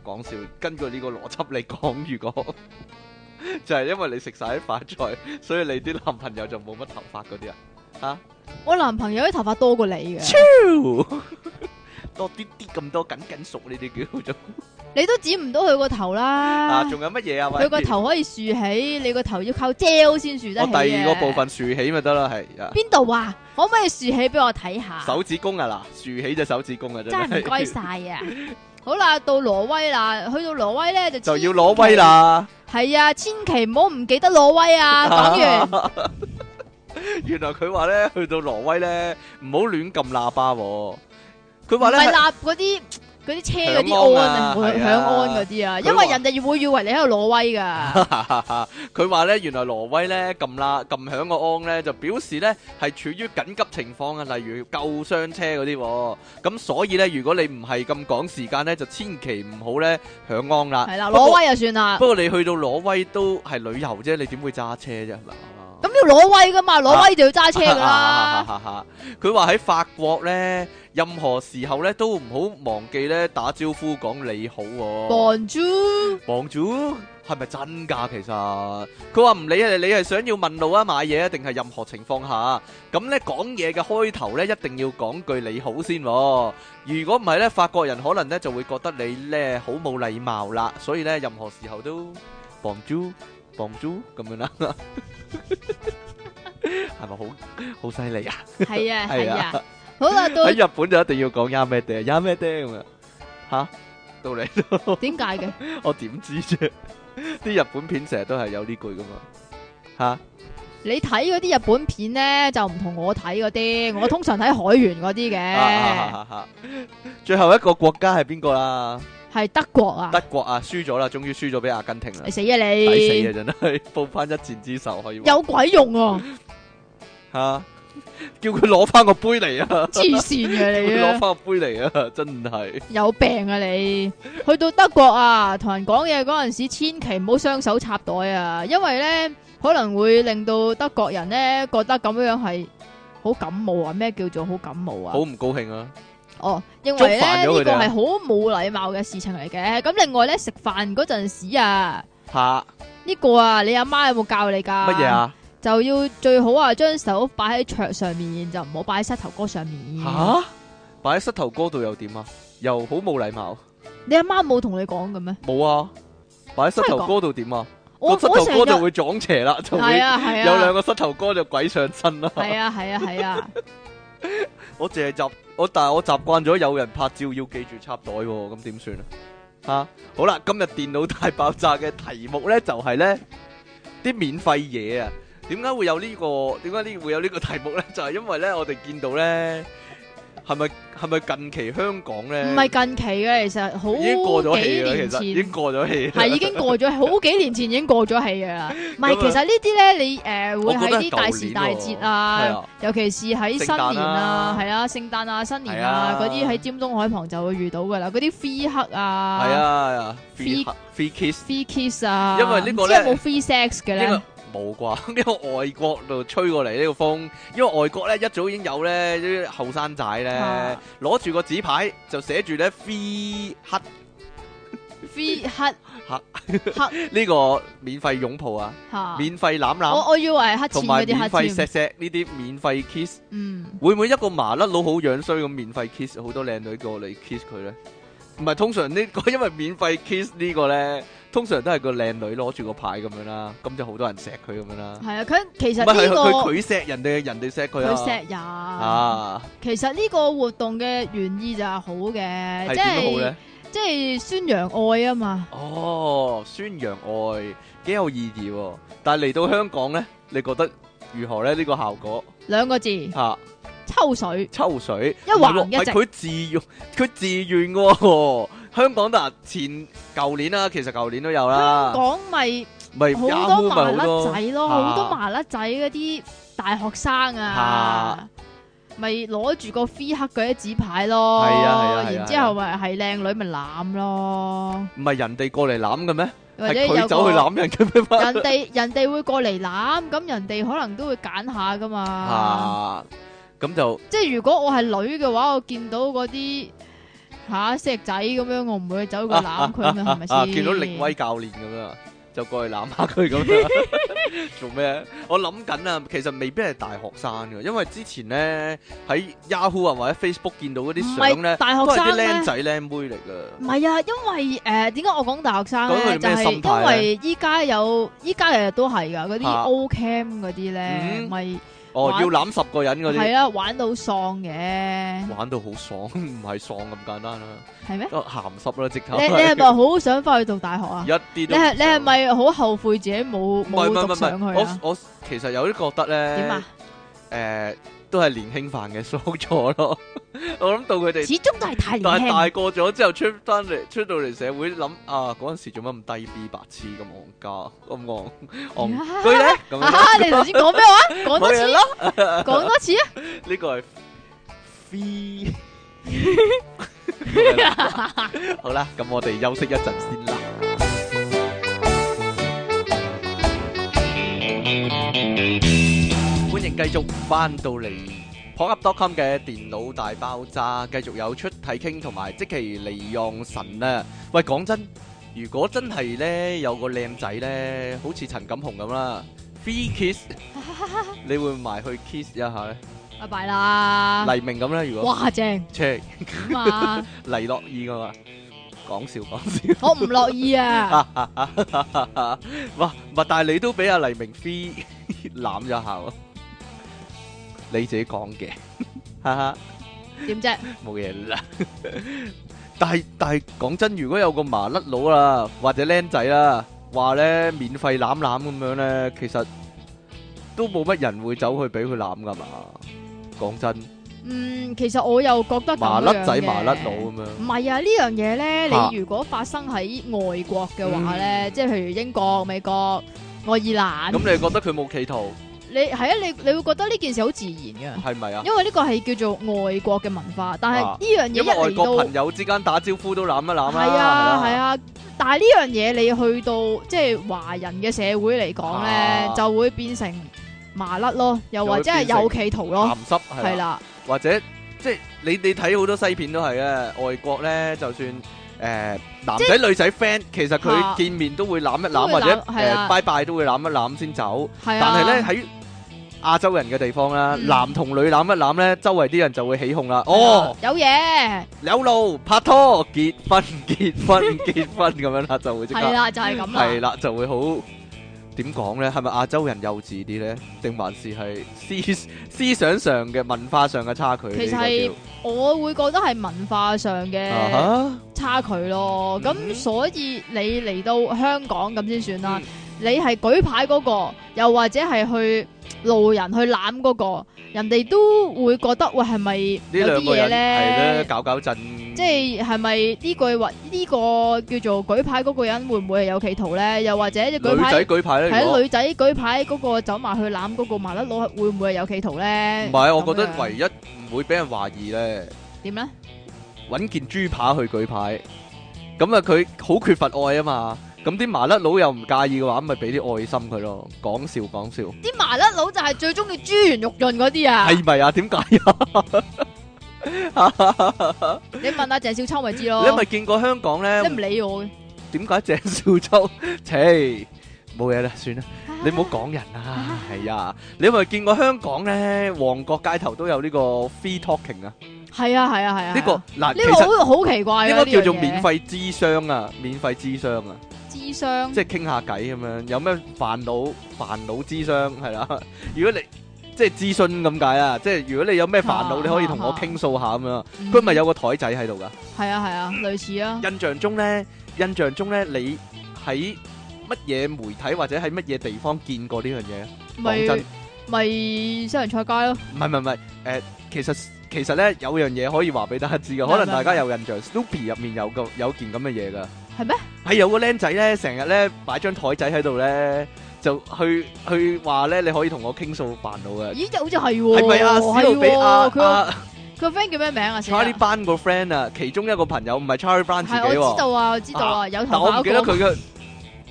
A: 講笑，根據呢個邏輯嚟講，如果 就係因為你食晒啲發菜，所以你啲男朋友就冇乜頭髮嗰啲啊。
B: 我男朋友啲頭髮多過你嘅，
A: 多啲啲咁多緊緊熟呢啲叫做
B: 你都剪唔到佢個頭啦
A: 啊，。仲有乜嘢啊？喂
B: 佢個頭可以豎起，你個頭要靠 gel 先豎得
A: 我
B: 起
A: 第二個
B: 嘅
A: 部分豎起咪得啦，係啊，
B: 邊度啊？可唔可以豎起俾我睇下？
A: 手指公啊嗱，豎起隻手指公啊，真
B: 真係
A: 係
B: 唔該晒啊！好啦，到挪威啦，去到挪威咧就
A: 就要
B: 千祈
A: 攞威，啦，
B: 係啊，千祈唔好唔記得挪威啊！講 完
A: 原來佢話咧，去到挪威咧，唔好亂撳喇叭喎。佢
B: 唔
A: 話咧係
B: 係立嗰啲嗰啲車嗰啲
A: 響
B: 安
A: 安啊
B: 啊，響
A: 係啊
B: 響安嗰啲啊，因
A: 佢話
B: 為人哋會以為你喺度挪威 㗎，
A: 佢話咧，原來挪威咧撳啦撳響個安咧，就表示咧係處於緊急情況啊，例如救傷車嗰啲喎。咁所以咧，如果你唔係咁趕時間咧，就千祈唔好咧響安啦。
B: 係啦，
A: 不過
B: 挪威就算啦
A: 不。過你去到挪威都係旅遊啫，你點會揸車啫？係咪啊
B: 咁要挪威㗎嘛，挪威就 要 揸車㗎啦。
A: 啦。佢話喺法國咧，任何時候咧都唔好忘記咧打招呼講你好喎、
B: Bonjour，
A: 望住係咪真㗎？其實佢話唔理係你係想要問路啊、買嘢啊，定係任何情況下，咁咧講嘢嘅開頭咧一定要講句你好先、喎。如果唔係咧，法國人可能咧就會覺得你咧好冇禮貌啦，所以咧任何時候都望住望住咁樣啦。 係咪好好犀利啊？
B: 係啊係
A: 係啊
B: 啊。好啦， 到
A: 喺日本就一定要講 yamete yamete 咁樣吓，到你。
B: 點解嘅？
A: 我點知啫？ 啲日本片成日都係有呢句噶嘛，吓、
B: 你睇嗰啲日本片咧，就唔同我睇嗰啲，我通常睇海員嗰啲
A: 啊啊
B: 嘅，
A: 啊啊啊最後一個國家係邊個啦？
B: 係德國啊！
A: 德國啊，輸咗啦，終於輸咗俾阿根廷啦
B: 你，死啊
A: 抵死
B: 你！
A: 啊真係， 報翻一箭之仇可以話
B: 有鬼 用啊！
A: 吓、啊叫佢攞翻個杯嚟啊！
B: 黐線嘅
A: 叫佢
B: 你
A: 攞翻個
B: 啊！
A: 杯嚟啊！真係
B: 有病啊你！去到德國啊，同人講嘢嗰陣時，千祈唔好雙手插袋啊，因為咧可能會令到德國人咧覺得咁樣係好感冒啊！咩叫做好感冒啊
A: 好？唔高興啊！
B: 哦，認為
A: 觸
B: 咧
A: 犯咗
B: 呢
A: 佢
B: 個
A: 哋啊
B: 係好冇禮貌嘅事情嚟嘅。咁另外咧食飯嗰陣時啊，
A: 吓
B: 呢個啊你阿媽有冇教你㗎？
A: 乜嘢？啊？
B: 就要最好啊將手擺喺桌上面，就唔好擺喺膝頭哥上面。
A: 吓擺喺膝頭哥度又點啊？又好冇禮貌，
B: 你阿媽冇同你講嘅咩？
A: 冇啊！擺喺膝
B: 真係
A: 頭
B: 㗎
A: 哥度點啊？
B: 我
A: 個膝
B: 我成
A: 頭哥就
B: 日
A: 會撞邪啦，就會
B: 係啊係啊，
A: 有兩個膝頭哥就鬼上身啦。
B: 係啊係啊係啊，
A: 我淨係習我，但係我習慣咗有人拍照要記住插袋喎，咁點算啊？吓，好啦，今日電腦大爆炸嘅題目呢，就係呢啲免費嘢啊。點解會有呢、個？點解呢會有呢個題目呢？就係、因為呢，我哋見到呢，係咪係咪近期香港呢？
B: 唔係近期嘅，其實好
A: 已經過咗
B: 幾
A: 氣啦，
B: 年
A: 其實已經
B: 前。
A: 過咗氣啦。
B: 係已經 過咗，好幾年前已經過咗氣嘅啦。唔
A: 咁
B: 係，
A: 啊
B: 其實呢啲咧，你誒會
A: 我覺
B: 喺
A: 得
B: 啲
A: 係
B: 大
A: 舊
B: 時
A: 年
B: 大
A: 喎
B: 節
A: 係
B: 啊
A: 啊，
B: 尤其是喺新
A: 聖誕啊
B: 年啊，係啊，聖誕啊、新年啊
A: 係
B: 嗰
A: 啊
B: 啲喺尖東海旁就會遇到噶啦，嗰啲 free hug 啊，
A: 係啊
B: Free-
A: ，free free kiss。
B: free kiss 啊，
A: 因為呢個
B: 唔知有
A: 呢
B: 冇 free sex 嘅咧
A: 呢？個冇啩？ 呢個外國度吹過嚟呢個風，因為外國咧一早已經有咧啲後生仔咧
B: 啊
A: 攞住個紙牌就寫住咧 free hug
B: free hug
A: 嚇
B: hug
A: 呢個免費擁抱啊，
B: 嚇，
A: 免費攬
B: 我
A: 攬，
B: 我以為係黑錢
A: 同埋
B: 嗰
A: 免
B: 啲黑
A: 費
B: 錢，
A: 錫錫呢啲免費 kiss，
B: 嗯，
A: 會唔會一個麻甩佬好樣衰咁免費 kiss 好多靚女過嚟 kiss 佢咧？唔係通常呢 個，因為免費 kiss 呢個咧，通常都係個靚女攞住個牌咁樣啦，咁就好多人錫佢咁樣啦。
B: 係啊，佢其
A: 唔
B: 實
A: 係係
B: 呢
A: 佢
B: 個
A: 佢錫人哋，人哋錫佢
B: 佢
A: 啊。
B: 錫人。
A: 啊，
B: 其實呢個活動嘅原意就係好嘅，
A: 係
B: 即
A: 點都好
B: 係
A: 咧。
B: 即係宣揚愛啊嘛。
A: 哦，宣揚愛幾有意義喎、但係嚟到香港呢，你覺得如何呢？呢、個效果
B: 兩個字，
A: 嚇、啊
B: 抽水。
A: 抽水
B: 一橫
A: 唔係喎
B: 一直
A: 係佢自用，佢自願嘅喎。香港嗱，前舊年啦，其實舊年都有
B: 香
A: 啦，
B: 港咪
A: 咪
B: 好
A: 啊 Yahoo
B: 多
A: 咪
B: 麻
A: 好
B: 甩
A: 多
B: 仔咯，
A: 啊
B: 好多麻甩仔嗰啲大學生啊
A: 啊，
B: 咪攞住個 free 黑嗰啲紙牌
A: 係
B: 咯，
A: 啊係啊係啊
B: 然之後咪係靚女咪攬咯，
A: 唔係人哋過嚟攬嘅咩？
B: 或者
A: 係
B: 有
A: 佢走去
B: 個
A: 攬人嘅咩？
B: 人哋人哋會過嚟攬，咁人哋可能都會揀下噶 嘛。
A: 啊，咁就
B: 即係如果我係女嘅話，我見到嗰啲嚇石仔咁樣，我唔會走過攬佢咪係咪
A: 啊！
B: 先？
A: 見到力威教練咁樣，就過去 攬下佢咁樣，做咩？我諗緊啊，其實未必係大學生嘅，因為之前咧喺 Yahoo 啊或者 Facebook 見到嗰
B: 唔
A: 啲相
B: 係
A: 咧，
B: 大
A: 都
B: 學
A: 係啲
B: 生咧
A: 僆。仔僆妹嚟
B: 唔
A: 噶。
B: 係啊，因為誒點解我講大學生
A: 講
B: 咧？
A: 佢哋
B: 就
A: 咩
B: 係
A: 心態啊
B: 因
A: 呢
B: 為依家有依家日日都係噶嗰啲
A: 啊
B: O cam 嗰啲咧，
A: 嗯
B: 咪
A: 哦，
B: 玩
A: 要攬十個人嗰
B: 系
A: 啲，
B: 啦，玩到喪嘅，
A: 玩到好爽， 唔係爽咁簡單啦，
B: 係咩？
A: 都鹹濕啦，即刻
B: 你 你係咪好想翻去讀大學啊？
A: 一啲
B: 你
A: 都
B: 係你係
A: 唔想
B: 咪好後悔自己冇
A: 唔係唔
B: 冇
A: 係
B: 讀
A: 唔
B: 上去
A: 係
B: 啊？，
A: 我我其實有啲覺得咧，
B: 點啊？
A: 誒都係年輕犯嘅 疏錯咯。我諗到佢哋
B: 始終都係太年
A: 但係 大
B: 輕，
A: 個咗之後出翻嚟，出到嚟社會諗啊，嗰陣時做乜咁低 B 白痴咁戇家咁戇戇居咧咁
B: 哈
A: 樣
B: 哈！你頭先講咩話？講多
A: 冇
B: 次
A: 嘢，咯。
B: 講多次
A: 呢個係 free。
B: 啊！
A: 好啦，咁我哋休息一陣先啦。歡迎繼續翻到嚟 p o c com 嘅電腦大爆炸，繼續有出體傾同埋即其利用神啊！喂，講真，如果真係呢，有個靚仔呢，好似陳錦鴻咁啦，free kiss，你會埋去 kiss 一下呢？
B: 拜拜啦！
A: 黎明咁呢，如果
B: 哇正
A: 切
B: 咁啊！
A: 黎樂意噶嘛？講笑講笑。
B: 我唔樂意
A: À.
B: 啊！
A: 哇！咪但係你都俾阿黎明 free 攬咗下喎，你自己講嘅， 哈哈，
B: 點啫？
A: 冇嘢啦。但係但係講真，如果有個麻甩佬啦，或者僆仔啦，話咧免費攬攬咁樣咧，其實都冇乜人會走去俾佢攬噶嘛。講真，
B: 嗯，其實我又覺得咁樣嘅
A: 麻甩仔麻甩佬咁樣，
B: 唔係啊，呢樣嘢咧，
A: 嚇
B: 你如果發生喺外國嘅話咧，即係譬如英國、美國、愛爾
A: 咁
B: 蘭，
A: 你覺得佢冇企圖
B: 你係啊，你你會覺得呢件事好自然 嘅，
A: 係咪啊？
B: 因為呢個係叫做外國嘅文化。但係
A: 啊
B: 呢樣嘢
A: 因為外
B: 一嚟
A: 國
B: 到
A: 朋友之間打招呼都攬一攬啦，
B: 係啊
A: 係
B: 係
A: 啦，
B: 啊，但係呢樣嘢你去到即係華人嘅社會嚟講咧
A: 啊，
B: 就會變成麻甩咯，又或者係
A: 就會
B: 有企圖咯，
A: 鹹濕係啦
B: 係。啦，
A: 或者即係你你睇好多西片都係嘅，外國咧就算誒、呃男仔女仔 friend，其實
B: 嚇
A: 佢見面都會攬一
B: 都
A: 攬
B: 會
A: 或者
B: 攬係
A: 誒
B: 啊
A: 拜拜都會攬一攬先走。
B: 係
A: 但
B: 啊。
A: 係咧喺亞洲人嘅地方啦，
B: 嗯
A: 男同女攬一攬咧，周圍啲人就會起哄啦。哦，
B: 有嘢，
A: 有路拍拖，結婚結婚 結婚咁樣啦，就會即
B: 係
A: 刻嗯
B: 啦，就係咁
A: 係
B: 啦。
A: 啦，就會好。點講咧？係咪亞洲人幼稚啲咧？定還是係思思想上嘅文化上嘅差距呢？
B: 其實
A: 呢個
B: 係
A: 叫
B: 我會覺得係文化上嘅
A: 啊
B: 差距咯。咁、
A: 嗯
B: 所以你嚟到香港咁先算啦。
A: 嗯
B: 你係舉牌嗰、個，又或者係去路人去攬嗰、個，人哋都會覺得喂係咪
A: 呢
B: 有啲
A: 兩個
B: 嘢
A: 人係咧
B: 咧？
A: 搞搞震，
B: 即係係咪呢句或呢個叫做舉牌嗰個人會唔會係有企圖咧？又或者舉
A: 女仔
B: 牌
A: 舉牌咧，如
B: 係
A: 果
B: 啊女仔舉牌嗰個走埋去攬嗰個麻甩佬，會唔會係有企圖咧？
A: 唔係，我覺
B: 咁
A: 得
B: 樣
A: 唯一唔會俾人懷疑咧，
B: 點咧？
A: 揾件豬扒去舉牌，咁啊佢好缺乏愛啊嘛，咁啲麻甩佬又唔介意嘅話，咁咪俾啲愛心佢咯，講笑講笑，
B: 啲麻甩佬就係最中意豬圓肉潤嗰啲啊！
A: 係咪啊？點解啊？
B: 你問下鄭少秋咪知
A: 你咪
B: 咯。
A: 見過香港
B: 你
A: 咧？
B: 唔理我嘅，
A: 點解鄭少秋？切，冇嘢啦，算啦。你唔好講人啦，係啊！你有咪見過香港咧？旺角街頭都有呢個 free talking 啊！
B: 係啊係啊係啊！
A: 呢個嗱，其
B: 呢
A: 實
B: 個好好奇怪
A: 應
B: 啊！
A: 該叫做
B: 呢樣嘢
A: 免費諮商啊，免費諮商啊，
B: 智商
A: 即係傾下偈咁樣，有咩煩惱煩惱諮商係啦。 如果你即係諮詢咁解啊，即係如果你有咩煩惱，
B: 啊
A: 你可以同我
B: 啊
A: 傾訴下咁樣。
B: 嗯
A: 佢咪有個台仔喺度噶？
B: 係啊係啊，類似啊，
A: 印象中咧，印象中咧，你喺乜嘢媒體或者喺乜嘢地方見過呢樣嘢？
B: 咪
A: 講真。
B: 咪西洋菜街咯，
A: 唔係唔係唔係，誒、其實其實咧有樣嘢可以話俾大家知嘅，可能大家有印象，Snoopy 入面有個有件咁嘅嘢噶，
B: 係咩？
A: 係有個僆仔咧，成日咧擺張台仔喺度咧，就去去話咧你可以同我傾訴煩惱嘅，
B: 咦？好似係喎，
A: 係咪啊？史
B: 係
A: 努比
B: 喎，
A: 啊
B: 佢個
A: 啊
B: 佢個 friend 叫咩名啊？死啦
A: ，Charlie Brown à. 個 friend 啊，其中一個朋友唔係 Charlie Brown 自己
B: 係我知
A: 喎，
B: 道啊，我知道啊，有
A: 但
B: 頭
A: 我
B: 髮
A: 唔記得
B: 嗰個，
A: 佢嘅。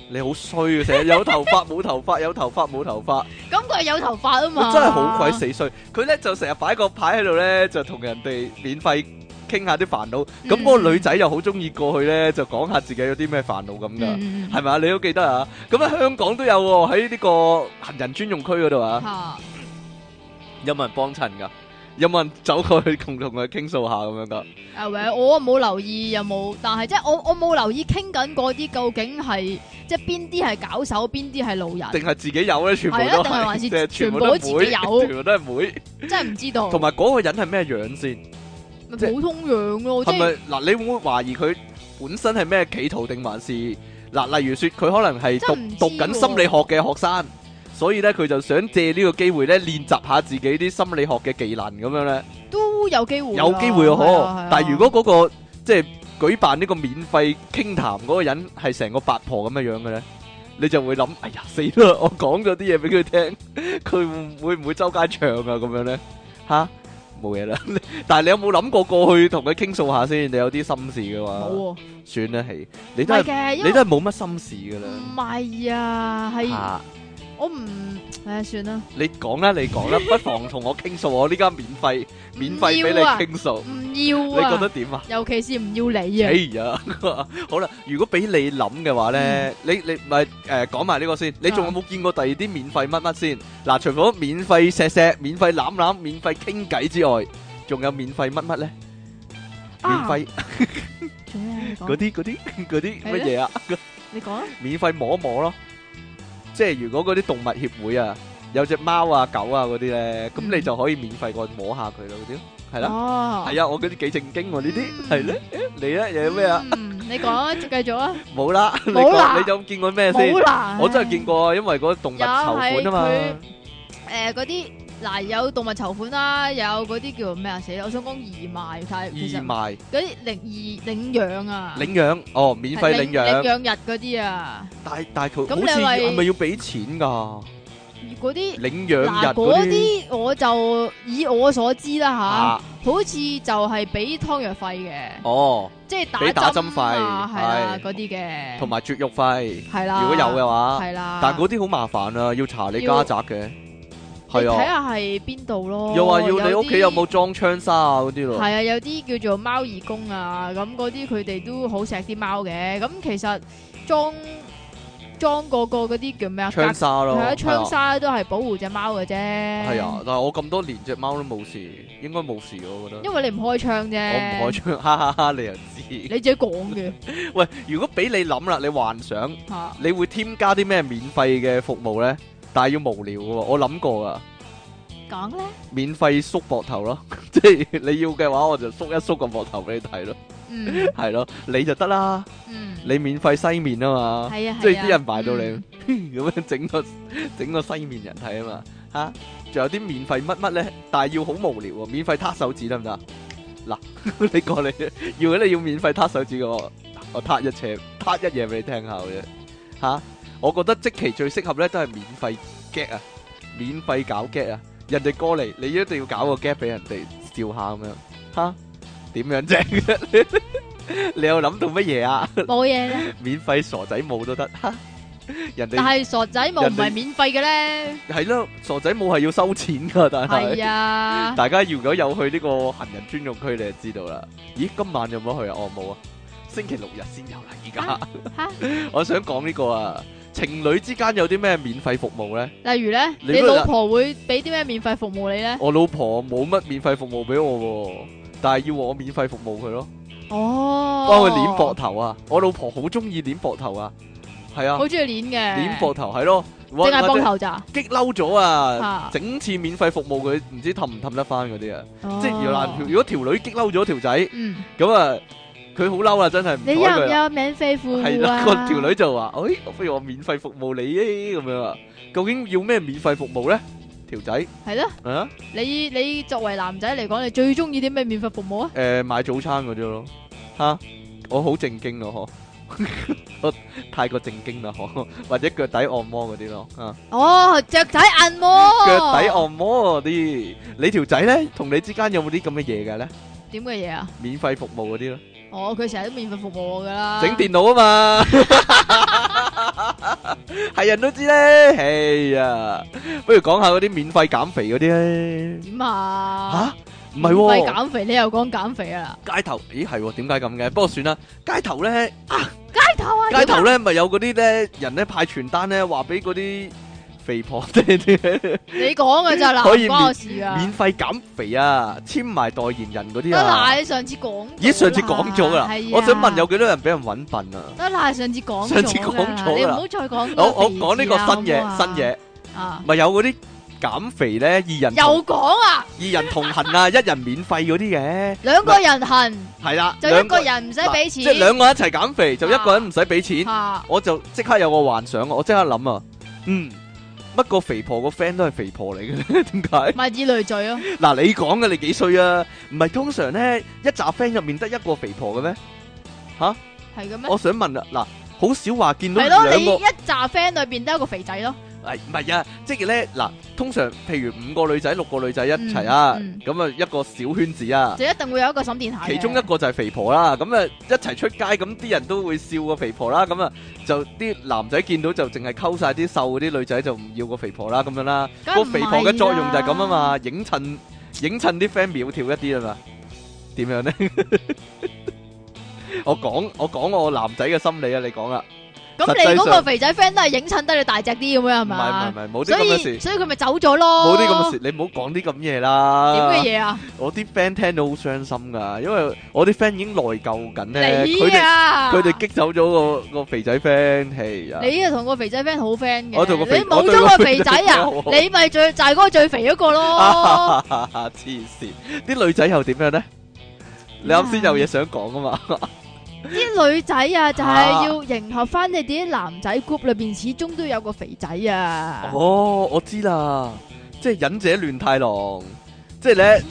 A: 你好衰啊！成日有頭髮冇頭髮，有頭髮冇頭髮。
B: 咁佢係有頭髮啊嘛，
A: 真係好鬼死衰。佢咧就成日擺個牌喺度咧，就同人哋免費傾下啲煩惱。咁
B: 嗯
A: 嗰個女仔又好中意過去咧，就講下自己有啲咩煩惱
B: Ừ,
A: 咁噶。
B: 嗯，
A: 係咪啊？你都記得啊？咁喺香港都有喎，喺呢個行人專用區嗰度啊，
B: 嚇
A: 有冇人幫襯噶？有冇人走過去同同佢傾訴下咁樣噶？
B: 诶，喂，我冇留意有冇，但係即係我我冇留意傾緊嗰啲究竟係即係邊啲係搞手，邊啲係路人，
A: 定係自己有咧？全部
B: 係啊
A: 都
B: 定係還是
A: 係，即係全部都
B: 全部都自己
A: 係妹，
B: 有
A: 全部都係妹。
B: 真係唔知道。
A: 同埋嗰個人係咩樣先？
B: 咪
A: 即係
B: 普通樣咯，即
A: 係咪
B: 係
A: 嗱？你會唔會懷疑佢本身係咩企圖定還是嗱？例如說，佢可能係讀
B: 真唔知
A: 讀緊
B: 喎
A: 心理學嘅學生，所以咧佢就想借呢個機會咧練習下自己啲心理學嘅技能咁樣咧，
B: 都有機會㗎，
A: 有機會
B: 係啊係
A: 可
B: 啊。
A: 但係如果嗰個即係舉辦呢個免費傾談嗰個人係成個八婆咁樣樣嘅咧，你就會諗：哎呀死啦！我講咗啲嘢俾佢聽， 佢會唔會唔會周街唱啊？咁樣咧吓，冇嘢啦， 但係你有冇諗過過去同佢傾訴下先？你有啲心事嘅嘛？
B: 冇喎，
A: 算啦，係你
B: 唔
A: 都
B: 係
A: 係
B: 嘅，因
A: 你
B: 為
A: 都係冇乜心事噶
B: 唔係啊，
A: 啦。
B: 係
A: 嚇
B: 我唔唉算啦，
A: 你講啦，你 講啦，不妨同我傾訴。我呢家免費免費俾你
B: 唔要啊
A: 傾訴，你
B: 唔要
A: 覺
B: 啊
A: 得，點啊？
B: 尤其是唔要你
A: 哎
B: 啊，
A: 呀，好啦，如果俾你諗嘅話咧，你你咪誒講埋呢個先。你仲有冇見過第二啲免費乜乜先？嗱，除咗免費錫錫、免費攬攬、免費傾偈之外，仲有免費乜乜咧？免費嗰啲嗰
B: 啊做咩啊？你講，
A: 啲嗰啲乜嘢啊？
B: 你講啊，
A: 免費摸摸咯。即係如果嗰啲動物協會啊，有隻貓啊、狗啊嗰啲咧，咁
B: 嗯
A: 你就可以免費過去摸下佢咯，嗰啲係
B: Ờ.
A: 啦。
B: 哦，
A: 係啊，我嗰啲幾正經喎，呢啲
B: 嗯
A: 係咧。誒你咧又有咩啊？
B: 嗯？你講啊，繼續啊，
A: 冇啦，你
B: 冇啦
A: 講你有見過咩先
B: 冇？啦，
A: 我真係見過啊，因為嗰個動物籌款啊嘛
B: 有係。誒嗰啲嗱有動物籌款啦，有嗰啲叫咩啊死啦！我想講義賣，但係其
A: 義
B: 實
A: 賣
B: 嗰啲領義領養啊，
A: 領養哦，免費領養，
B: 領養日嗰啲啊，
A: 但係但係佢
B: 咁
A: 好
B: 你
A: 似
B: 咪
A: 係咪要俾錢㗎？
B: 嗰啲
A: 領養日
B: 嗱
A: 嗰
B: 嗰
A: 啲
B: 啲我就以我所知啦吓，
A: 啊，
B: 好似就係俾湯藥費嘅，
A: 哦，
B: 即
A: 俾
B: 係
A: 打
B: 打
A: 針
B: 針
A: 費
B: 啊，係啦
A: 係
B: 嗰啲嘅，
A: 同埋絕育費，
B: 係啦，
A: 如果有嘅話。
B: 係啦，
A: 但嗰啲好麻煩啊，要查你家
B: 要
A: 宅嘅，
B: 你
A: 係
B: 睇
A: 啊，
B: 下係邊度咯，
A: 又話要你屋企有冇
B: 啲？
A: 裝窗紗啊嗰啲
B: 係
A: 咯，
B: 啊，有啲叫做貓義工啊，咁嗰啲佢哋都好錫啲貓嘅。咁其實裝裝個個嗰啲叫咩啊？
A: 窗
B: 隔
A: 紗咯，
B: 係啊，
A: 係
B: 窗
A: 啊
B: 紗都係保護只貓嘅啫。係
A: 係啊，，但係我咁多年隻貓都冇事，應該冇事我覺得。
B: 因為你唔開窗啫。
A: 我唔開窗，哈哈哈！你又知。
B: 你自己講 嘅
A: 喂，如果俾你諗啦，你幻想
B: 嚇。
A: 你會添加啲咩免費嘅服務咧？但係要無聊嘅喎，我諗過啊，
B: 講咧，
A: 免費縮膊頭咯， 即係你要嘅話，我就縮一縮個膊頭俾你睇咯，
B: 嗯
A: 係咯，你就得啦，
B: 嗯，
A: 你免費西面啊嘛。
B: 係啊，
A: 即係啲人
B: 買
A: 埋到你， 咁樣整個整個西面人睇啊嘛，吓、仲有啲免費乜乜咧，但係要好無聊喎，免費挞手指得唔得啊？ 嗱，你過嚟，如果你要免費挞手指嘅話，我挞一尺，挞一嘢俾你聽下嘅啫，吓、我覺得即期最適合咧都係免費 get 啊，免費搞 get 啊，人哋過嚟，你一定要搞個 get 俾人哋笑下咁樣，吓、點樣 啫？你有諗到乜嘢啊？
B: 冇嘢咧。
A: 免費傻仔舞都得， 哈人
B: 但
A: 哋
B: 係傻仔冇唔係免費嘅咧，
A: 係咯，傻仔舞係要收錢噶，但
B: 係
A: 係
B: 啊，
A: 大家如果有去呢個行人專用區，你就知道啦。咦，今晚有冇去啊？我冇啊，星期六日先有啦。而家
B: 嚇，
A: 我想講呢個啊，情侶之間有啲咩免費服 務呢？
B: 例如咧，
A: 你
B: 你
A: 都
B: 老婆會俾啲咩免費服務你咧？
A: 我老婆冇乜免費服務俾我喎，但係要我免費服務佢咯，
B: 哦，
A: 幫佢捻膊頭啊！我老婆好中意捻膊頭啊，係啊，
B: 好中意捻嘅，
A: 捻膊頭係咯，
B: 淨係
A: 或者
B: 膊頭咋？
A: 激嬲咗啊
B: 啊！
A: 整次免費服務佢，唔知氹唔氹得翻嗰啲啊！即係如果
B: 哦
A: 嗱，如果條女激嬲咗條仔，
B: 嗯，
A: 咁啊，佢好嬲啊，真係唔
B: 你
A: 睬
B: 有
A: 佢
B: 唔
A: 啦。
B: 有免費服
A: 係
B: 務
A: 啦，
B: 啊？
A: 個條女就話：，誒，不如我免費服務你咁樣啊！究竟要咩免費服務咧？條仔
B: 係咯，
A: 啊，
B: 你你作為男仔嚟講，你最中意啲咩免費服務啊？
A: 誒買早餐嗰啲咯，嚇！我好正經啊，呵， 我太過正經啦，呵，或者腳底按摩嗰啲咯，啊，
B: 哦，雀仔按摩，
A: 腳底按摩嗰啲，你條仔咧同你之間有冇啲咁嘅嘢嘅咧？
B: 點嘅嘢啊？
A: 免費服務嗰啲咯。
B: 哦，佢成日都免費服務我噶啦，
A: 整電腦 啊嘛，係人都知咧。哎呀，不如講下嗰啲免費減肥嗰啲咧。
B: 點啊？
A: 吓，唔係喎，
B: 減肥，你又講減肥啊啦？
A: 街頭，咦係喎，點解咁嘅？不過算啦，街頭咧，
B: 街頭啊，
A: 街頭
B: 點啊
A: 咧咪有嗰啲咧人咧派傳單咧，話俾嗰啲肥 婆爹哋，
B: 你講嘅咋
A: 可
B: 嗱，
A: 以
B: 唔關我事噶。
A: 免費減肥啊，簽埋代言人嗰啲
B: 得啦，
A: 啊。
B: 你上次講
A: 咦，上次講咗噶啦
B: 係啊，
A: 我想問有幾多人俾人揾笨啊？
B: 得啦，上次講咗
A: 上次
B: 㗎
A: 講咗㗎啦
B: 你唔好再講個
A: 我我
B: 肥
A: 講呢
B: 字
A: 個
B: 啦
A: 新
B: 好唔
A: 嘢，
B: 好
A: 新
B: 啊
A: 嘢，
B: 啊，
A: 咪有嗰啲減肥咧，二人
B: 又
A: 同
B: 講啊，
A: 二人同行 啊，一人免費嗰啲嘅，
B: 兩個人行
A: 係啦，
B: 就一
A: 兩
B: 個人唔使
A: 嗱
B: 俾
A: 即係
B: 錢，
A: 兩個人一齊減肥，就一個人唔使俾錢。
B: 嚇
A: 我就即刻有個幻想，我即刻諗啊，嗯，乜個肥婆個 friend 都係肥婆嚟嘅， 點解？
B: 咪以類聚咯，
A: 嗱，你講嘅你幾衰啊？唔係通常咧一扎 friend 入面得一個肥婆嘅咩？
B: 係嘅咩？
A: 我想問啊，嗱，好少話見到
B: 係咯，
A: 兩
B: 你
A: 個，
B: 一紮 friend 裏邊都有一個肥仔咯，
A: 誒唔係啊，即係咧嗱，通常譬如五個女仔、六個女仔一齊啊
B: 嗯嗯，
A: 咁啊一個小圈子啊。
B: 就一定會有一個沈殿霞嘅。
A: 其中一個就係肥婆啦，咁啊一齊出街，咁啲人都會笑個肥婆啦，咁啊就啲男仔見到就淨係溝晒啲瘦嗰啲女仔就唔要個肥婆啦，咁樣啦。
B: 梗
A: 個
B: 唔啊
A: 肥婆嘅作用就係咁啊
B: 係啦，
A: 嘛，影襯影襯啲 friend 苗條一啲啊嘛，點樣咧？ 我講我講我男仔嘅心理啊，你講啦，
B: 咁
A: 實際
B: 你嗰個
A: 上
B: 肥仔 friend 都係影襯得你大隻啲咁樣係
A: 唔係唔係
B: 嘛
A: 唔？係，冇啲
B: 所
A: 咁嘅
B: 以
A: 事，
B: 所以佢咪走咗咯，
A: 冇啲咁嘅事，你唔好講啲咁嘢
B: 點
A: 啦。
B: 嘅嘢啊？
A: 我啲 friend 聽到好傷心噶，因為我啲 friend 已經內疚緊咧，佢
B: 你
A: 哋。
B: 啊，
A: 佢哋激走咗個個肥仔 friend，係啊，
B: 你啊同個肥仔 friend 好 friend 嘅，
A: 我同個肥
B: 你冇咗個肥仔
A: 我
B: 啊
A: 對個肥仔 friend 好，啊
B: 你咪最就係嗰個最肥嗰個咯，
A: 黐線，啲女仔又點樣咧？你啱先有嘢想講啊嘛，
B: 啲女仔啊就係要迎合翻你哋啲男仔 group 裏邊，始終都有個肥仔啊，
A: 哦，我知啦，即係忍者亂太郎，即係 咧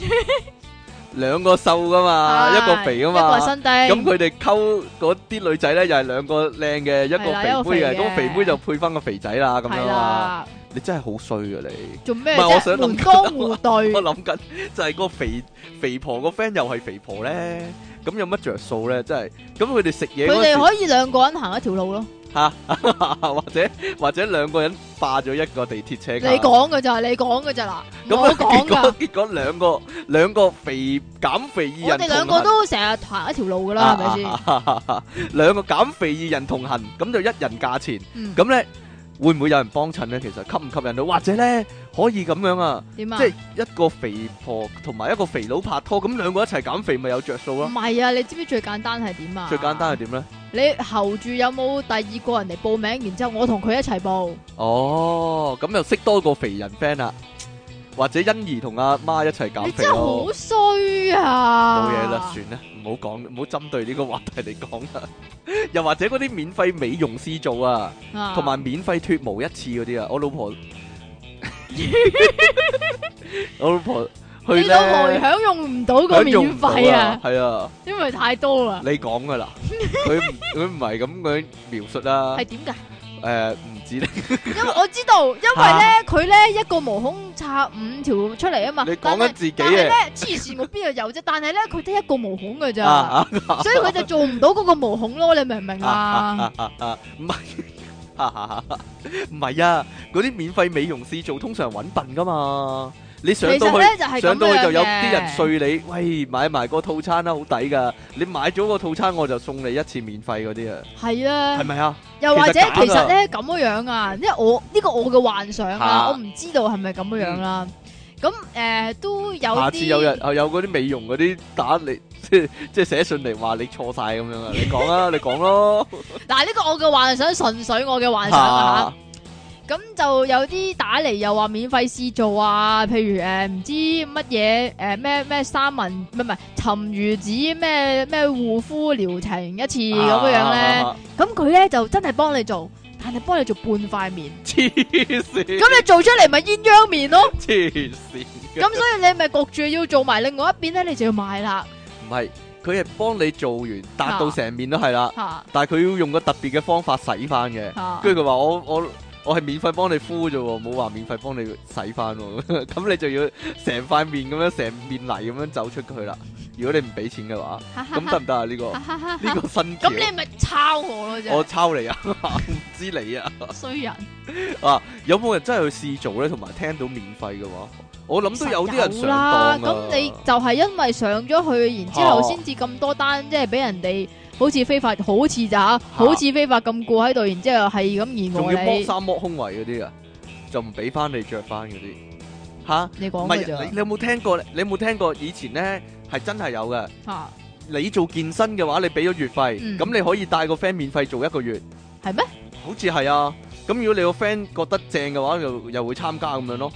A: 兩個瘦噶嘛，
B: 啊
A: 一個肥噶
B: 一個
A: 嘛，
B: 身低，
A: 咁佢哋溝嗰啲女仔咧又係兩個靚嘅，一
B: 係啦一個
A: 個肥妹嘅，
B: 肥嘅
A: 嗰個肥妹就配翻個肥仔啦，咁
B: 係
A: 樣啊，
B: 啦，
A: 你真係好衰噶你。
B: 做咩
A: 唔係我
B: 啫？
A: 想諗
B: 門當户對
A: 我，諗緊就係個肥肥婆個 friend 又係肥婆咧，咁有乜着數咧？真係咁佢哋食嘢
B: 佢
A: 嗰
B: 哋
A: 時
B: 可以兩個人行一條路咯，
A: 或者或者兩個人霸咗一個地鐵車
B: 你
A: 卡。
B: 講嘅咋，你講嘅咋嗱，
A: 咁啊
B: 我講
A: 結
B: 噶
A: 果。 結果兩個兩個肥減肥
B: 我
A: 二人
B: 哋
A: 同啊行，
B: 兩個都成日行一條路噶啦，係咪
A: 啊
B: 先？
A: 先？ 兩個減肥二人同行，咁就一人價錢。
B: 嗯，
A: 咁咧會唔會有人幫襯咧？其實吸唔吸引到？或者咧可以咁樣啊？
B: 點啊
A: 即？係一個肥婆同埋一個肥佬拍拖，咁兩個一齊減肥咪有着數
B: 唔
A: 咯？
B: 係啊，你知唔知最簡單係點啊？
A: 最簡單係點咧？
B: 你候住有冇第二個人嚟報名，然之後我同佢一齊報，
A: 哦，咁又識多個肥人 friend 啦，或者欣怡同阿媽一齊減
B: 你
A: 肥
B: 真係
A: 咯
B: 好。衰啊！
A: 冇嘢啦，算啦，唔好講，唔好針對呢個話題嚟講啦。 又或者嗰啲免費美容師做啊，
B: 啊
A: 同埋免費脱毛一次嗰啲啊，我老 婆，我老婆去
B: 你
A: 咧，
B: 老婆享用唔到個免費啊，
A: 係啊，
B: 因為太多啦。
A: 你講噶啦，佢唔佢唔係咁樣描述啦
B: 係，點㗎？
A: 誒唔止咧，
B: 因為我知道，因為咧佢咧一個毛孔插五條出嚟啊嘛。
A: 你講緊自己
B: 但係咧
A: 嘅，
B: 黐線，我邊度有啫？但係咧佢得一個毛孔㗎
A: 啊
B: 咋。
A: 啊
B: 所以佢就做唔到嗰個毛孔咯，你明
A: À,
B: 唔明啊？
A: 啊啊啊！ 唔係，唔係啊！嗰啲免費美容師做通常揾笨噶嘛，你
B: 其
A: 上
B: 實
A: 到去。
B: 咧就係
A: 上
B: 咁
A: 到去
B: 樣
A: 就有啲人
B: 嘅，
A: 碎你，喂買埋個套餐啦，好抵噶！你買咗個套餐我就送你一次免費嗰啲啊，
B: 係
A: 係
B: 啊，
A: 咪啊？
B: 又或者
A: 其實假㗎
B: 其實咧咁樣樣啊，因為我呢個我嘅幻想
A: 嚇
B: 啊，我唔知道係咪咁樣樣啦。咁誒都有
A: 下次有人
B: 啲，
A: 啊有嗰啲美容嗰啲打你， 即即寫信嚟話你錯晒咁樣啊！你講 啊，你講咯，
B: 嗱呢個我嘅幻想，純粹我嘅幻想啊
A: 嚇
B: 嚇咁就有啲打嚟又話免費試做啊，譬如誒唔知乜嘢誒咩咩三文唔係唔係沉魚子咩咩護膚療程一次
A: 啊
B: 咁樣樣咧。咁佢咧就真係幫你做，但係幫你做半塊面，
A: 黐線
B: 咁你做出嚟咪鴛鴦面 咯。
A: 黐線嘅
B: 咁所以你咪焗住要做埋另外一邊咧，你就要買啦
A: 唔係佢係幫你做完達
B: 啊
A: 到成面都係啦。
B: 吓
A: 但係佢要用個特別嘅方法洗翻嘅。
B: 吓。
A: 跟住佢話我我我係免費幫你敷啫喎，冇話免費幫你洗翻喎。 咁你就要成塊面咁樣，成面泥咁樣走出去啦。如果你唔俾錢嘅話，咁得唔得啊啊？呢、個呢個新橋
B: 咁你咪抄我咯
A: 我
B: 啫，
A: 抄你啊， 唔知你啊。
B: 衰人
A: 有冇人真係去試做咧？同埋聽到免費嘅話，我諗都有啲人上
B: 實有啦。
A: 當啊
B: 咁你就係因為上咗去，然之後先至咁多單，即係俾人哋好似非法，好似咋，好似非法咁過喺度，然之後係咁
A: 仲要
B: 而
A: 剝
B: 我
A: 衫剝胸圍嗰啲啊？就唔俾翻你着翻嗰啲吓。
B: 你
A: 唔
B: 講嘅
A: 係
B: 咋
A: 你你有冇聽過？你有冇聽過以前咧係真係有嘅。
B: 嚇？
A: 你做健身嘅話，你俾咗月費，
B: 嗯
A: 咁你可以帶個 friend 免費做一個月。
B: 係咩？
A: 好似係啊。咁如果你個 friend 覺得正嘅話，又又會參加咁樣咯。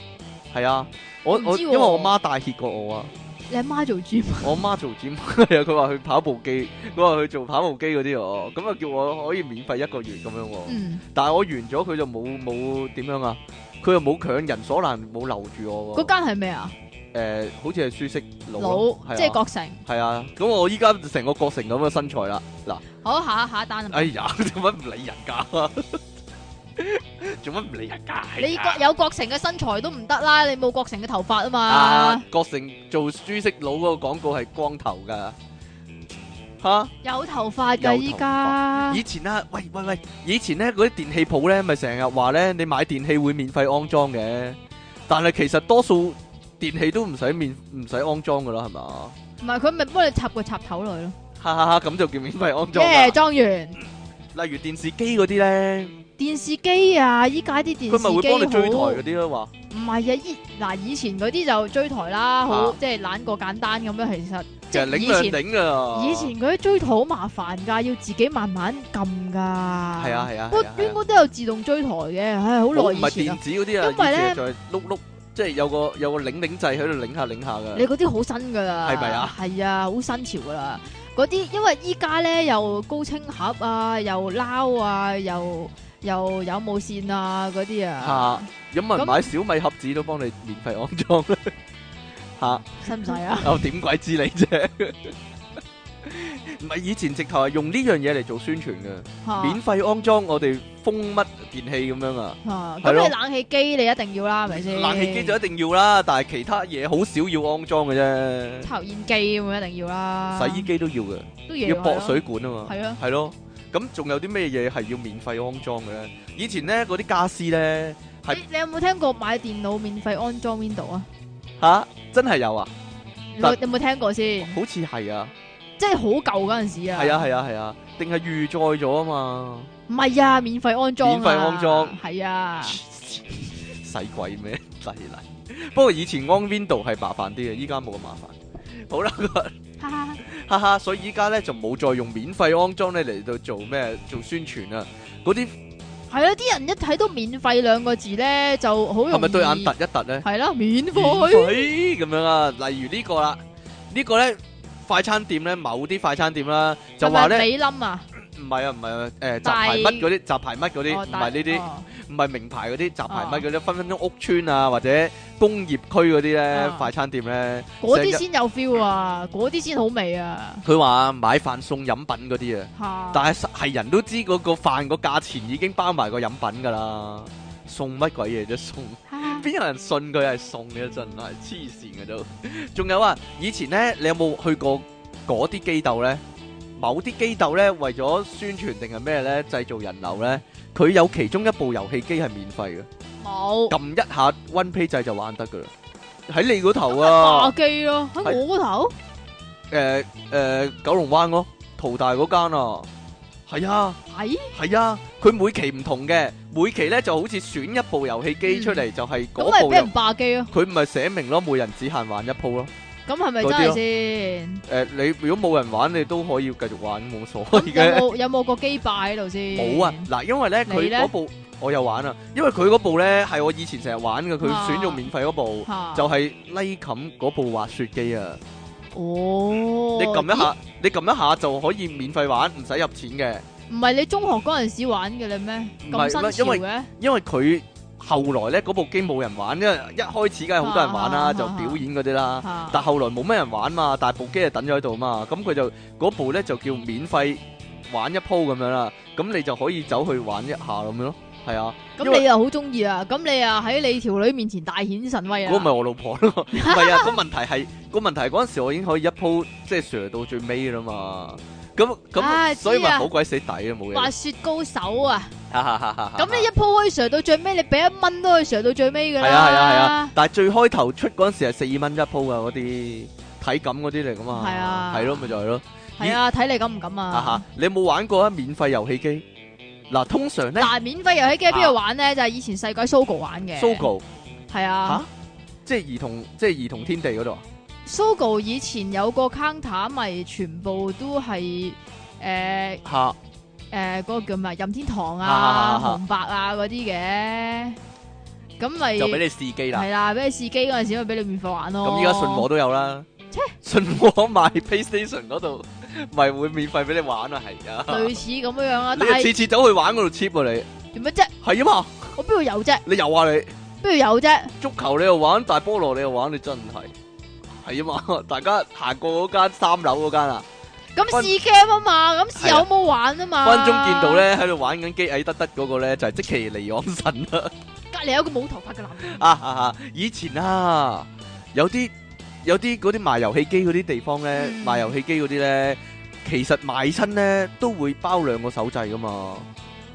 A: 係啊，我
B: 我唔
A: 我
B: 知
A: 因
B: 喎
A: 為我媽帶挾過我啊。
B: 你阿媽做 gym
A: 我媽做 gym，係啊佢話去跑步機，佢話去做跑步機嗰啲哦，咁啊叫我可以免費一個月咁樣喎。
B: 嗯，
A: 但係我完咗佢就冇冇點樣啊，佢又冇強人所難，冇留住我
B: 嗰
A: 喎。
B: 間係咩啊？
A: 誒、好似係舒適佬
B: 老
A: 咯，係啊
B: 即係郭成。
A: 係啊，咁我依家成個郭成咁嘅身材啦，嗱，
B: 好，下下一單啊！
A: 哎呀， 做乜唔理人家？ 做乜唔理人哎家？
B: 你郭有郭成嘅身材都唔得啦，你冇郭成嘅頭髮啊
A: 啊
B: 嘛，，
A: 郭成做舒適佬嗰個廣告係光頭㗎，吓？
B: 有
A: 有頭
B: 頭髮
A: 髮
B: 㗎依家。
A: 以前啊，喂喂喂，以前咧嗰啲電器鋪咧，咪成日話咧，你買電器會免費安裝嘅，但係其實多數電器都唔使免唔使安裝噶啦，係嘛？
B: 唔係佢咪幫你插個插頭落去咯。
A: 哈哈哈，咁就叫免費安裝啦
B: 耶，裝完
A: 例如電視機嗰啲咧，
B: 電視機啊，依家啲電
A: 佢咪會幫你
B: 視
A: 追
B: 機
A: 台
B: 好。
A: 嗰啲咯，話
B: 唔係啊，依嗱以前嗰啲就追台啦，好
A: 啊
B: 即係懶過簡單咁樣。其實
A: 其
B: 即
A: 實
B: 係
A: 領
B: 以
A: 兩
B: 前
A: 領啊，
B: 以前嗰啲追台好麻煩㗎，要自己慢慢撳㗎。係
A: 係啊係啊
B: 不過
A: 係啊係
B: 應
A: 啊，
B: 該都有自動追台嘅，唉，好
A: 冇
B: 耐
A: 唔
B: 以
A: 係
B: 前啊
A: 電。子嗰啲啊，
B: 因為
A: 以前
B: 咧
A: 就係碌碌，即係有個有個領領掣喺度領下領下
B: 你
A: 㗎，
B: 嗰啲好新㗎啦，
A: 係咪啊？
B: 係啊，好新潮㗎啦。嗰啲因為依家咧又高清盒啊，又撈啊，又又有冇線啊嗰啲啊，
A: 有冇人
B: 咁
A: 買小米盒子都幫你免費安裝咧？嚇！
B: 使唔 使啊？
A: 我點鬼知你啫？ 唔係以前直頭係用呢樣嘢嚟做宣傳嘅，
B: 嚇
A: 免費安裝我哋封乜電器咁樣啊！
B: 嚇
A: 係咯
B: 咁你冷氣機你一定要啦，係咪先？
A: 冷氣機就一定要啦，但係其他嘢好少要安裝嘅啫，
B: 抽煙機咁一定要啦，
A: 洗衣機都要嘅，
B: 都要
A: 要
B: 係
A: 駁
B: 咯
A: 水，管啊嘛，
B: 係啊，
A: 係咯。咁仲有啲咩嘢係要免費安裝嘅咧？以前咧嗰啲家私咧係
B: 你你有冇聽過買電腦免費安裝 Window 啊？
A: 吓，真係有啊，
B: 你有有冇聽過先？
A: 好似係啊，
B: 即係好舊嗰陣時啊，
A: 係啊，係啊，係啊，定係預載咗啊嘛。
B: 唔係啊，免費安裝啊，
A: 免費安裝
B: 係 啊，
A: 使鬼咩？犀利！不過以前安 Window 係麻煩啲嘅，依家冇咁麻煩。好啦，
B: 哈哈，
A: 哈哈，所以依家咧就冇再用免費安裝咧嚟到做咩做宣傳啊。嗰啲
B: 係啊，啲人一睇到免費兩個字咧，就好容易
A: 係咪對眼突一突咧？
B: 係啦，免
A: 免
B: 費
A: 費咁樣啊，例如呢個啦，呢個咧快餐店咧，某啲快餐店啦，就話
B: 係咪
A: 咧
B: 你冧啊，
A: 唔係啊，唔係啊，誒雜
B: 大
A: 牌乜嗰啲，雜牌乜嗰啲，
B: 哦
A: 唔係
B: 但
A: 呢啲，
B: 哦
A: 唔係名牌嗰啲，雜牌
B: 哦
A: 乜嗰啲，分分鐘屋村啊或者工業區嗰啲咧
B: 啊
A: 快餐店咧，
B: 嗰
A: 成日
B: 啲先有 feel 啊，嗰啲先好味啊，
A: 佢話買飯送飲品嗰啲啊，
B: 嚇，
A: 但係係人都知嗰個飯個價錢已經包埋個飲品㗎啦，送乜鬼嘢啫送？
B: 哈
A: 邊有人信佢係送嘅真係黐線嘅都。仲有啊，以前呢，你有冇去過嗰啲機竇呢？某啲機竇呢，為咗宣傳定係咩呢？製造人流呢，佢有其中一部遊戲機係免費嘅，
B: 冇
A: 撳一下 one pay 掣就玩得㗎啦。喺你嗰頭啊
B: 打！機咯，喺
A: 係
B: 我嗰頭
A: 誒誒，呃九龍灣咯，淘大嗰間啊，係啊。
B: 係
A: 係啊，佢每期唔同嘅，每期咧就好似選一部遊戲機出嚟，就係
B: 咁咪
A: 嗰部
B: 俾
A: 遊
B: 人。霸機咯，
A: 佢唔係寫明咯，每人只限玩一鋪咯。
B: 咁係咪
A: 嗰
B: 真
A: 啲咯
B: 係先？
A: 誒、你如果冇人玩，你都可以繼續玩，冇所謂
B: 有
A: 嘅。
B: 冇有冇個機霸喺度先？
A: 冇啊，嗱，因為咧
B: 你
A: 佢
B: 呢
A: 嗰部我有玩啊，因為佢嗰部咧係我以前成日玩嘅，佢
B: 啊
A: 選咗免費嗰部，
B: 嚇，
A: 就係 l i 嗰部滑雪機啊。
B: 哦，
A: 你撳一下，你撳一下就可以免費玩，唔使入錢嘅。
B: 咦，唔係你中學嗰陣時玩嘅嘞咩？
A: 唔係
B: 咁新
A: 因
B: 潮
A: 為
B: 嘅，
A: 因為佢後來咧嗰部機冇人玩，因為一開始梗係好多人玩啦，
B: 啊
A: 就表演嗰啲啦。
B: 嚇
A: 但後來冇咩人玩嘛，但係部機係等咗喺度嘛，咁佢就嗰部咧就叫免費玩一鋪咁樣啦，咁你就可以走去玩一下咁樣咯，係啊，因
B: 咁
A: 為
B: 你又好中意啊？咁你啊喺你條女面前大顯神威啊
A: 嗰個！咪我老婆 咯，唔係啊，個問題係個問題係嗰陣時我已經可以一鋪即係 share 到最尾啦嘛，咁
B: 啊
A: 咁所以
B: 知
A: 咪
B: 啊
A: 好鬼死抵啊冇
B: 滑
A: 嘢，
B: 雪高手啊！
A: 哈哈哈哈
B: 咁你一鋪可以 s 到最尾，你俾一蚊都可以 s 到最尾噶
A: 係
B: 啦。
A: 啊係啊係啊！但係最開頭出嗰陣時係四蚊一鋪啊，嗰啲體感嗰啲嚟噶嘛，
B: 嗯係啊
A: 係咯咪就係咯。
B: 係啊，睇你敢唔敢
A: 啊
B: 啊？
A: 哈！你有冇玩過啊？免費遊戲機嗱，通常咧
B: 嗱，免費遊戲機喺邊度玩咧？就係以前細個喺 Sogo 玩嘅。
A: ，Sogo
B: 係啊
A: 吓，即係兒童，即係兒童天地嗰度啊。
B: ，Sogo 以前有個 counter 咪全部都係誒
A: 吓
B: 誒嗰個叫咩任天堂
A: 啊
B: 啊、
A: 啊啊
B: 紅白啊嗰啲嘅，咁咪
A: 就俾你試機啦。
B: 係啦，俾你試機嗰陣時咪俾你免費玩咯。
A: 咁依家信和都有啦，信和賣 PlayStation 嗰度 咪會免費俾你玩啊，係啊。
B: 類似咁樣樣啦，
A: 你
B: 但
A: 又
B: 係
A: 次次走去玩嗰度 cheap 啊你，
B: 做乜啫？
A: 係啊嘛，
B: 我邊度有啫？
A: 你又話你
B: 邊度有啫？
A: 足球你又玩，大菠蘿你又玩，你真係係啊嘛， 大家行過嗰間三樓嗰間啊，
B: 咁
A: 分
B: 試 game 啊嘛，咁試
A: 係啊
B: 有冇玩啊嘛？
A: 分鐘見到，咧喺度玩緊機矮得得嗰個咧就係即其尼昂神啦。
B: 隔離有個冇頭髮嘅男人。
A: 啊啊啊！以前啊，有啲有啲嗰啲賣遊戲機嗰啲地方咧，
B: 嗯
A: 賣遊戲機嗰啲咧，其實買親咧都會包兩個手掣噶嘛。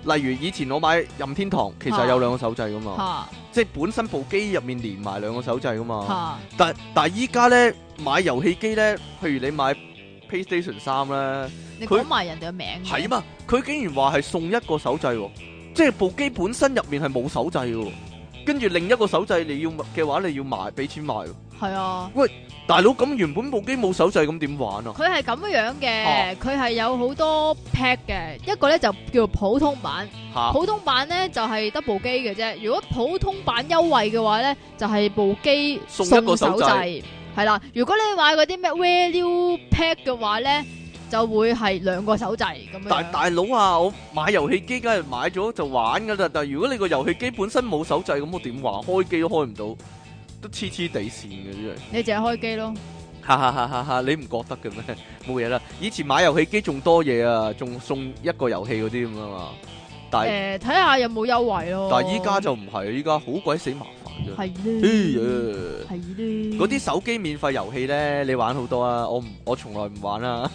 A: 例如以前我買任天堂，其
B: 啊
A: 實有兩個手掣噶嘛，
B: 嚇
A: 即係本身部機入面連埋兩個手掣噶嘛。
B: 嚇
A: 但但係依家咧買遊戲機咧，譬如你買 PlayStation 三咧，
B: 你
A: 佢
B: 講埋人哋嘅名嘅。
A: 係啊嘛，佢竟然話係送一個手掣喎，即係部機本身入面係冇手掣嘅喎，跟住另一個手掣你要嘅話，你要買俾錢買喎。
B: 係啊，
A: 大佬咁原本部機冇手掣咁點玩啊？
B: 佢係咁樣
A: 啊
B: 嘅，佢係有好多 pack 嘅，一個咧就叫做普通版，
A: 嚇
B: 普通版咧就係得部機嘅啫。如果普通版優惠嘅話咧，就係部機
A: 送
B: 送
A: 一個手
B: 手
A: 掣
B: 掣，係啦。如果你買嗰啲咩 value pack 嘅話咧，就會係兩個手掣咁樣
A: 大
B: 樣。
A: 大佬啊，我買遊戲機梗係買咗就玩㗎啦，但係如果你個遊戲機本身冇手掣，咁我點玩？開機都開唔到，都黐黐地線嘅真係。
B: 你淨係開機咯，
A: 哈哈哈！哈哈，你唔覺得嘅 咩？冇嘢啦，以前買遊戲機仲多嘢啊，仲送一個遊戲嗰啲咁啊嘛。但係、
B: 誒睇下有冇優惠咯。
A: 但係依家就唔係，依家好鬼死麻煩啫。
B: 係
A: 哎
B: 咧，
A: 呀
B: 係咧，
A: 嗰啲手機免費遊戲咧，你玩好多啊！我唔，我從來唔玩 啦，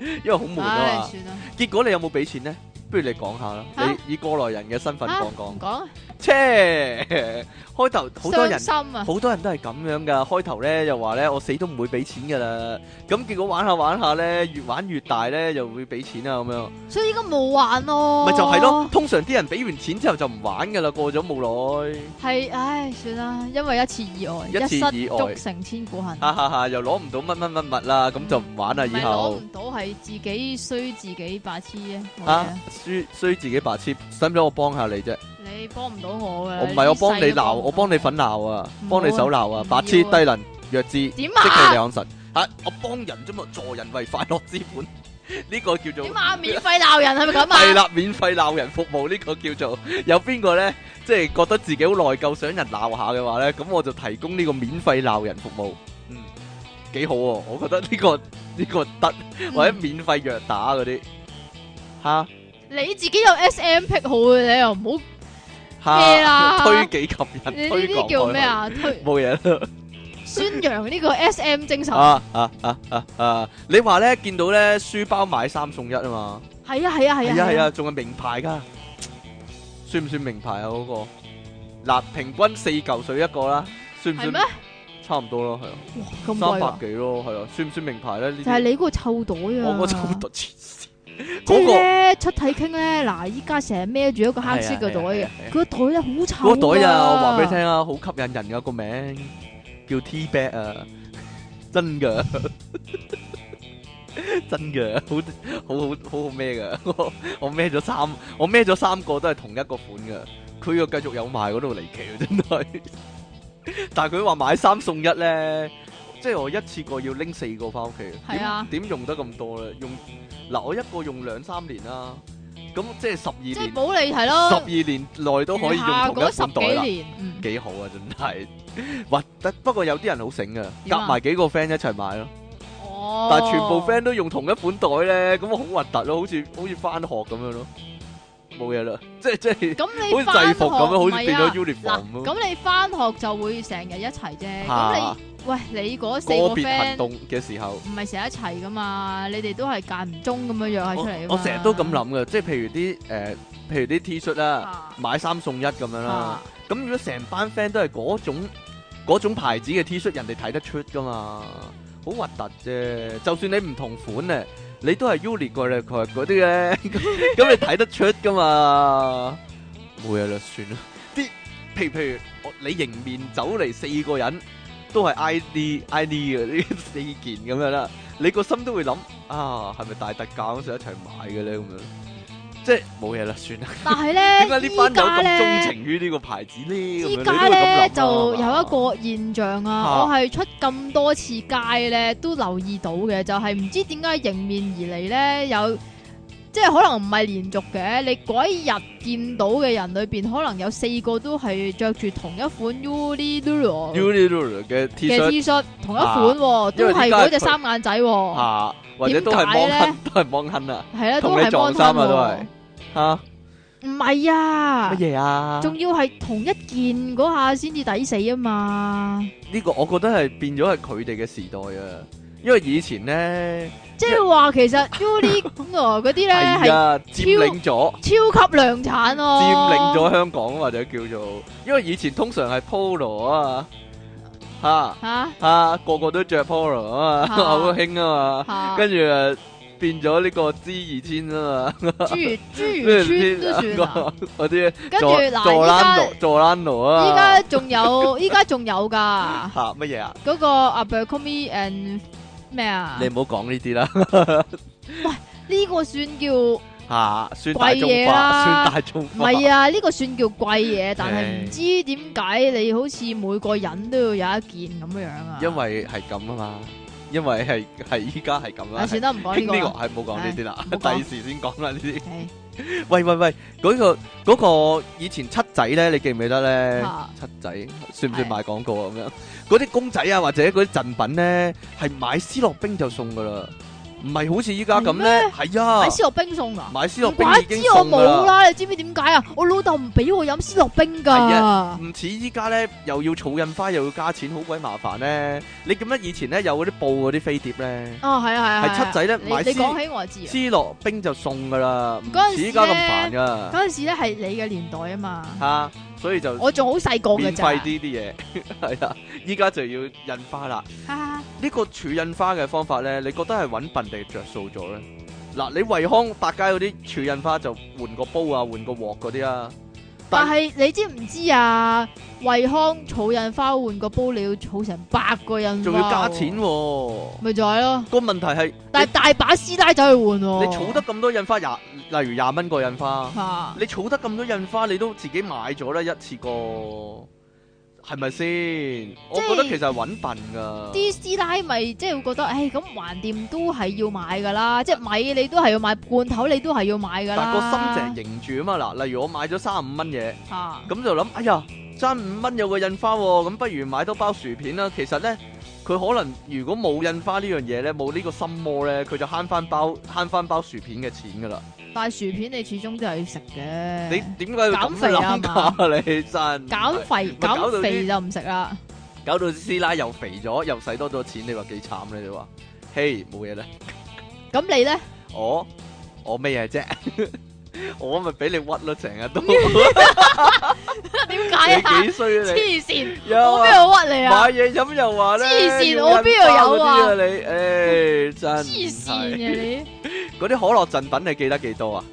A: 因為好悶啊
B: 唉
A: 嘛。
B: 算啦，
A: 結果你有冇俾錢呢？不如你講下啦，
B: 啊
A: 你以過來人嘅身份
B: 啊
A: 講講。
B: 唔講啊，
A: 切，開頭好多人
B: 傷。心啊，
A: 好多人都係咁樣噶，開頭咧又話咧我死都唔會俾錢噶啦，咁結果玩下玩下咧，越玩越大咧又會俾錢啊咁樣，
B: 所以依家冇玩咯。
A: 咪就係咯。，通常啲人俾完錢之後就唔玩噶啦，過咗冇耐，
B: 系，唉，算啦，因為一次意外，
A: 一次
B: 失
A: 意外
B: 足成千古恨。
A: 哈哈哈，又攞唔到乜乜乜物啦，咁就唔玩啦
B: 唔
A: 以
B: 係攞
A: 後
B: 唔。到，係自己衰自己白痴啫。冇
A: 啊
B: 嘢，
A: 衰衰自己白痴，使唔使我幫下你啫？
B: 你幫唔到我噶。
A: 我唔係我幫你
B: 呢世都
A: 鬧，
B: 唔到
A: 我幫你粉鬧啊，
B: 唔好啊
A: 幫你手鬧啊，白痴
B: 唔要啊
A: 低能弱智，即
B: 點
A: 其
B: 啊？
A: 兩神吓，我幫人啫嘛，助人為快樂之本，呢個叫做
B: 點。啊？免費鬧人係咪
A: 系
B: 咁啊？
A: 啦，免費鬧人服務呢、個叫做有邊個呢？即係覺得自己好內疚，想人鬧下嘅話呢，咁我就提供呢個免費鬧人服務，嗯，幾好喎、我覺得呢、個 呢、個得，
B: 嗯
A: 或者免費虐打嗰啲，吓
B: 你自己有 S M 癖好嘅，你又唔好咩
A: 吓
B: 啊
A: 推己及人，
B: 你呢
A: 推廣
B: 啲叫
A: 開
B: 咩啊？推
A: 去？冇嘢啦。
B: 宣揚呢個 S M 精神。係啊
A: 啊啊啊啊啊！你話呢？見到呢書包買三送一啊嘛？
B: 係啊係啊
A: 係啊係啊，仲係名牌噶，算唔算名牌啊？嗰、個嗱，平均四嚿水一個啦，算唔
B: 係
A: 算
B: 咩？？
A: 差唔多咯，係啊，
B: 哇咁
A: 三
B: 貴
A: 百
B: 啊！
A: 幾咯，係啊，算唔算名牌咧？呢
B: 就係
A: 啲
B: 你嗰個臭袋啊！
A: 我嗰就好多黐線，
B: 即
A: 嗰
B: 係咧出體傾咧，嗱依家成日孭住一個黑色嘅袋
A: 係
B: 嘅
A: 啊係啊係啊，
B: 佢個袋咧好臭
A: 個嗰個袋啊，我
B: 㗎
A: 話俾你聽啊，好吸引人噶個名，叫 T bag 啊，真噶。 真嘅，好好好好好咩噶，我我孭咗三，我孭咗三個都係同一個款噶，佢又繼續有賣嗰度離奇啊，真係。但係佢話買三送一咧，即係我一次過要拎四個翻屋企，
B: 係啊
A: 點點用得咁多咧？用嗱我一個用兩三年啦，咁即係十二
B: 即係
A: 年，
B: 保你係咯，
A: 十二年內都可以用
B: 餘下
A: 同一
B: 哦
A: 款
B: 嗰十
A: 袋
B: 幾
A: 啦。
B: 年，嗯
A: 幾好啊，真係。或得不過有啲人好醒噶，
B: 點啊
A: 夾埋幾個 friend 一齊買咯。
B: 哦，
A: 但係全部 friend 都用同一款袋咧，咁好核突咯，好似好似翻學咁樣咯。冇嘢啦，即係即係
B: 咁
A: 好
B: 你
A: 似制服咁樣，好似
B: 返學
A: 變咗
B: 唔係啊
A: uniform
B: 嗱，
A: 咁。
B: 咁你翻學就會成日一齊啫，
A: 嚇
B: 咁你喂你嗰四
A: 個
B: 個
A: 別行
B: friend
A: 動嘅時候，
B: 唔係成日一齊噶嘛，你哋都係間唔中咁樣約下出嚟㗎
A: 我
B: 嘛
A: 我成日都咁，諗嘅，即係譬如啲誒，譬如啲 T 恤啦，
B: 啊
A: 買三送一咁樣啦
B: 啊。
A: 咁如果成班 friend 都係嗰種嗰種牌子嘅 T 恤，人哋睇得出噶嘛，好核突啫。就算你唔同款咧，啊你都係 U 列過咧，佢係嗰啲咧，咁咁你睇得出噶嘛？冇嘢啦，算啦。啲譬如譬如我你迎面走嚟四個人，都係 I D I D 嘅呢四件咁樣啦，你個心都會諗啊，係咪大特價嗰時一齊買嘅咧咁樣？即係冇嘢啦，算啦。
B: 但係咧，
A: 點解呢班友
B: 依家
A: 咁
B: 咧
A: 鍾情於呢個牌子呢？咁樣你都會
B: 依家
A: 咁諗啊
B: 咧就有一個現象
A: 啊
B: 啊，我係出咁多次街咧都留意到嘅，就係唔知點解迎面而嚟咧有，即係可能唔係連續嘅，你嗰一日見到嘅人裏邊，可能有四個都係着住同一款 Uniqlo
A: Uniqlo 嘅 T
B: 嘅
A: 恤
B: T 恤，同一款喎，
A: 因
B: 都
A: 為依
B: 係
A: 家
B: 嗰隻
A: 佢
B: 三眼仔喎，
A: 啊，或者都係
B: 點
A: 芒
B: 解咧
A: 亨，都 係芒亨啊，
B: 係啦，都
A: 同你
B: 係
A: 撞
B: mon
A: 衫啊，都係
B: 喎，
A: 嚇
B: 啊唔係啊
A: 乜。嘢啊？
B: 仲要係同一件嗰下先至抵死啊嘛！
A: 呢個我覺得係變咗係佢哋嘅時代啊，因為以前咧
B: 即係話其 實 Uni 嗰啲咧
A: 係
B: 係
A: 啊佔領咗。
B: 超級量產咯，
A: 佔領咗香港啊或者叫做，因為以前通常係 polo 啊嘛，
B: 嚇
A: 嚇嚇個個都着 polo 啊嘛，
B: 嚇
A: 好興啊嘛，
B: 嚇，
A: 跟住誒變咗呢個 Z 二千啊嘛，
B: 豬豬村都算啦。
A: 嗰啲
B: 跟住
A: 佐佐蘭
B: 嗱，
A: 奴佐蘭奴
B: 依家依
A: 啊
B: 家，仲有，依家仲有㗎
A: 嚇乜嘢啊？
B: 嗰個 a b e r c o m b i and 咩啊
A: 你？唔好講呢啲啦，
B: 呢個算叫唔
A: 嚇算大眾
B: 貴嘢
A: 化，
B: 啦
A: 算大眾化，
B: 係啊？呢個算叫貴嘢，但係
A: 唉
B: 唔知點解你好似每個人都要有一件咁樣啊？
A: 因為係咁啊嘛，因為係係依家係咁啦
B: 啊，。算啦，唔講
A: 傾
B: 呢個
A: 呢
B: 啦。
A: 個係冇講呢啲啦，
B: 唔好講
A: 第時先講啦呢啲。
B: 唉
A: 喂喂喂，嗰、個嗰個以前七仔咧，你記唔記得咧？
B: 啊
A: 七仔算唔算
B: 係
A: 賣廣告啊？咁樣嗰啲公仔啊，或者嗰啲贈品咧，係買思樂冰就送噶啦，唔係好似依家咁咧，係啊
B: 買，思樂冰送㗎。
A: 買思樂
B: 唔
A: 冰
B: 怪
A: 已
B: 之
A: 經
B: 我
A: 送
B: 冇
A: 㗎啦，
B: 啦，你知唔知點解啊？我老豆唔俾我飲思樂冰
A: 係啊
B: 㗎，
A: 唔似依家咧又要儲印花又要加錢，好鬼麻煩咧。你記唔記得以前咧有嗰啲布嗰啲飛碟咧，
B: 啊係啊係啊，
A: 係七仔咧
B: 你
A: 買
B: 你
A: 思
B: 講起我就知啊
A: 思樂冰就送噶啦，唔
B: 嗰陣
A: 似
B: 時
A: 依家咁
B: 咧
A: 煩噶
B: 嗰陣時咧係你嘅年代啊嘛，
A: 嚇、所以就。
B: 我仲好細個嘅
A: 免
B: 咋
A: 費，啲啲嘢， 係啊，依家就要印花啦。
B: 哈哈
A: 呢、個儲印花嘅方法咧，你覺得係揾笨定係着數咗咧？嗱，你惠康百佳嗰啲儲印花就換個煲啊，換個鑊嗰啲啊，但
B: 但係你知唔知啊？惠康儲印花換個煲，你要儲成百個印花，
A: 仲要加錢，喎、
B: 咪就係咯。
A: 個問題係，
B: 但係大把師奶走去換喎，
A: 你儲得咁多印花廿，例如廿蚊個印花，
B: 嚇
A: 你儲得咁多印花，你都自己買咗啦，一次過，係咪先？我覺得
B: 即係
A: 其實係揾笨㗎。
B: 啲師奶咪即係會覺得，唉，咁橫掂都係要買㗎啦，即係米你都係要買，罐頭你都係要買㗎
A: 但個
B: 啦。
A: 心就係凝住啊嘛！嗱，例如我買咗三十五蚊嘢，
B: 啊，
A: 咁就諗，哎呀，爭五蚊有個印花喎，咁不如買多包薯片啦。其實呢，佢可能如果冇印花呢樣嘢呢，冇呢個心魔呢，佢就慳翻包慳翻包薯片嘅錢噶啦。
B: 但係薯片你始終都係要食嘅。
A: 你點解要咁
B: 減肥啊
A: 諗㗎？你真
B: 減
A: 係
B: 肥
A: 搞到啲
B: 減肥就唔食啦，
A: 搞到師奶又肥咗，又使多咗錢，你話幾慘呢？你話，嘿，冇嘢啦，
B: 咁你咧？
A: 我我咩嘢啫？ 我咪俾你屈咯，成 日都
B: 點解 啊
A: 你？幾衰啊你！
B: 黐線，
A: 又
B: 我
A: 話
B: 邊度屈你啊？
A: 買嘢飲又話咧，
B: 黐線
A: 要
B: 我
A: 印
B: 邊度
A: 包
B: 有
A: 嗰啲
B: 啊
A: 你，誒真
B: 黐線
A: 係
B: 嘅你，
A: 嗰啲可樂贈品你記得幾多啊？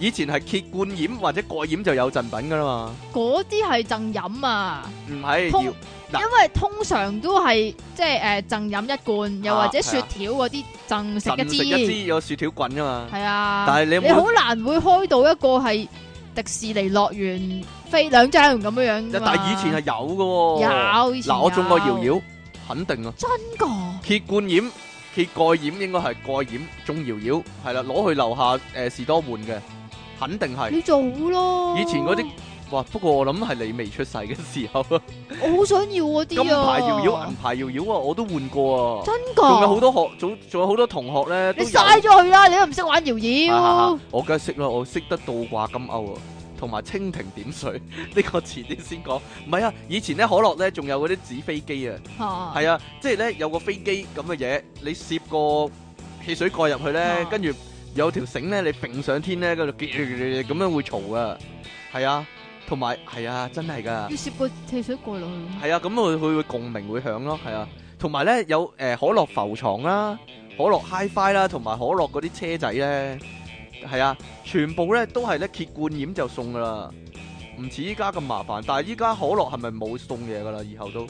A: 以前係揭罐飲或者蓋飲就有贈品噶啦嘛，
B: 嗰啲係贈飲啊，
A: 唔係
B: 通
A: 要嗱
B: 因為通常都係即係誒贈飲一罐，又或者雪條嗰啲贈
A: 神
B: 食
A: 食
B: 一
A: 一
B: 支，
A: 支有薯條棍噶嘛，
B: 係啊。
A: 但係你有冇
B: 你好難會開到一個係迪士尼樂園飛兩張咁樣樣㗎
A: 但
B: 嘛
A: 係以前係有噶喎。
B: 有，以前
A: 嗱，我中過
B: 有
A: 搖，搖，肯定啊！
B: 真㗎
A: 揭罐飲、揭蓋飲應該係蓋飲中搖搖，係啦，攞去樓下誒士多換嘅，肯定係。
B: 你做咯。
A: 以前嗰啲哇，不過我諗係你未出世嘅時候啊。
B: 我好想要嗰啲
A: 金
B: 啊！
A: 牌搖搖、銀牌搖搖啊，我都換過啊。
B: 真
A: 仲
B: 噶，
A: 有好多學，仲仲有好多同學咧，都
B: 你
A: 有啊
B: 嘥咗佢啦！你都唔識玩搖
A: 哈哈
B: 搖
A: 哈，我梗係識啦，我識得倒掛金鈎啊，同埋蜻蜓點水， 呢個遲啲先講。唔係啊，以前咧可樂咧仲有嗰啲紙飛機啊，
B: 嚇，
A: 係啊，即係咧有個飛機咁嘅嘢，你攝個汽水蓋入去咧
B: 啊，
A: 跟住有條繩咧，你揈上天咧，嗰度咁樣會嘈噶，係啊，同埋係啊，真係噶
B: 要。攝個汽水蓋落去。
A: 係啊，咁佢佢會共鳴會響咯，係啊，同埋咧有誒、呃可樂浮床啦，可樂 HiFi 啦，同埋可樂嗰啲車仔咧，係啊，全部咧都係咧揭罐染就送噶啦，唔似依家咁麻煩。但係依家可樂係咪冇送嘢噶啦？以後都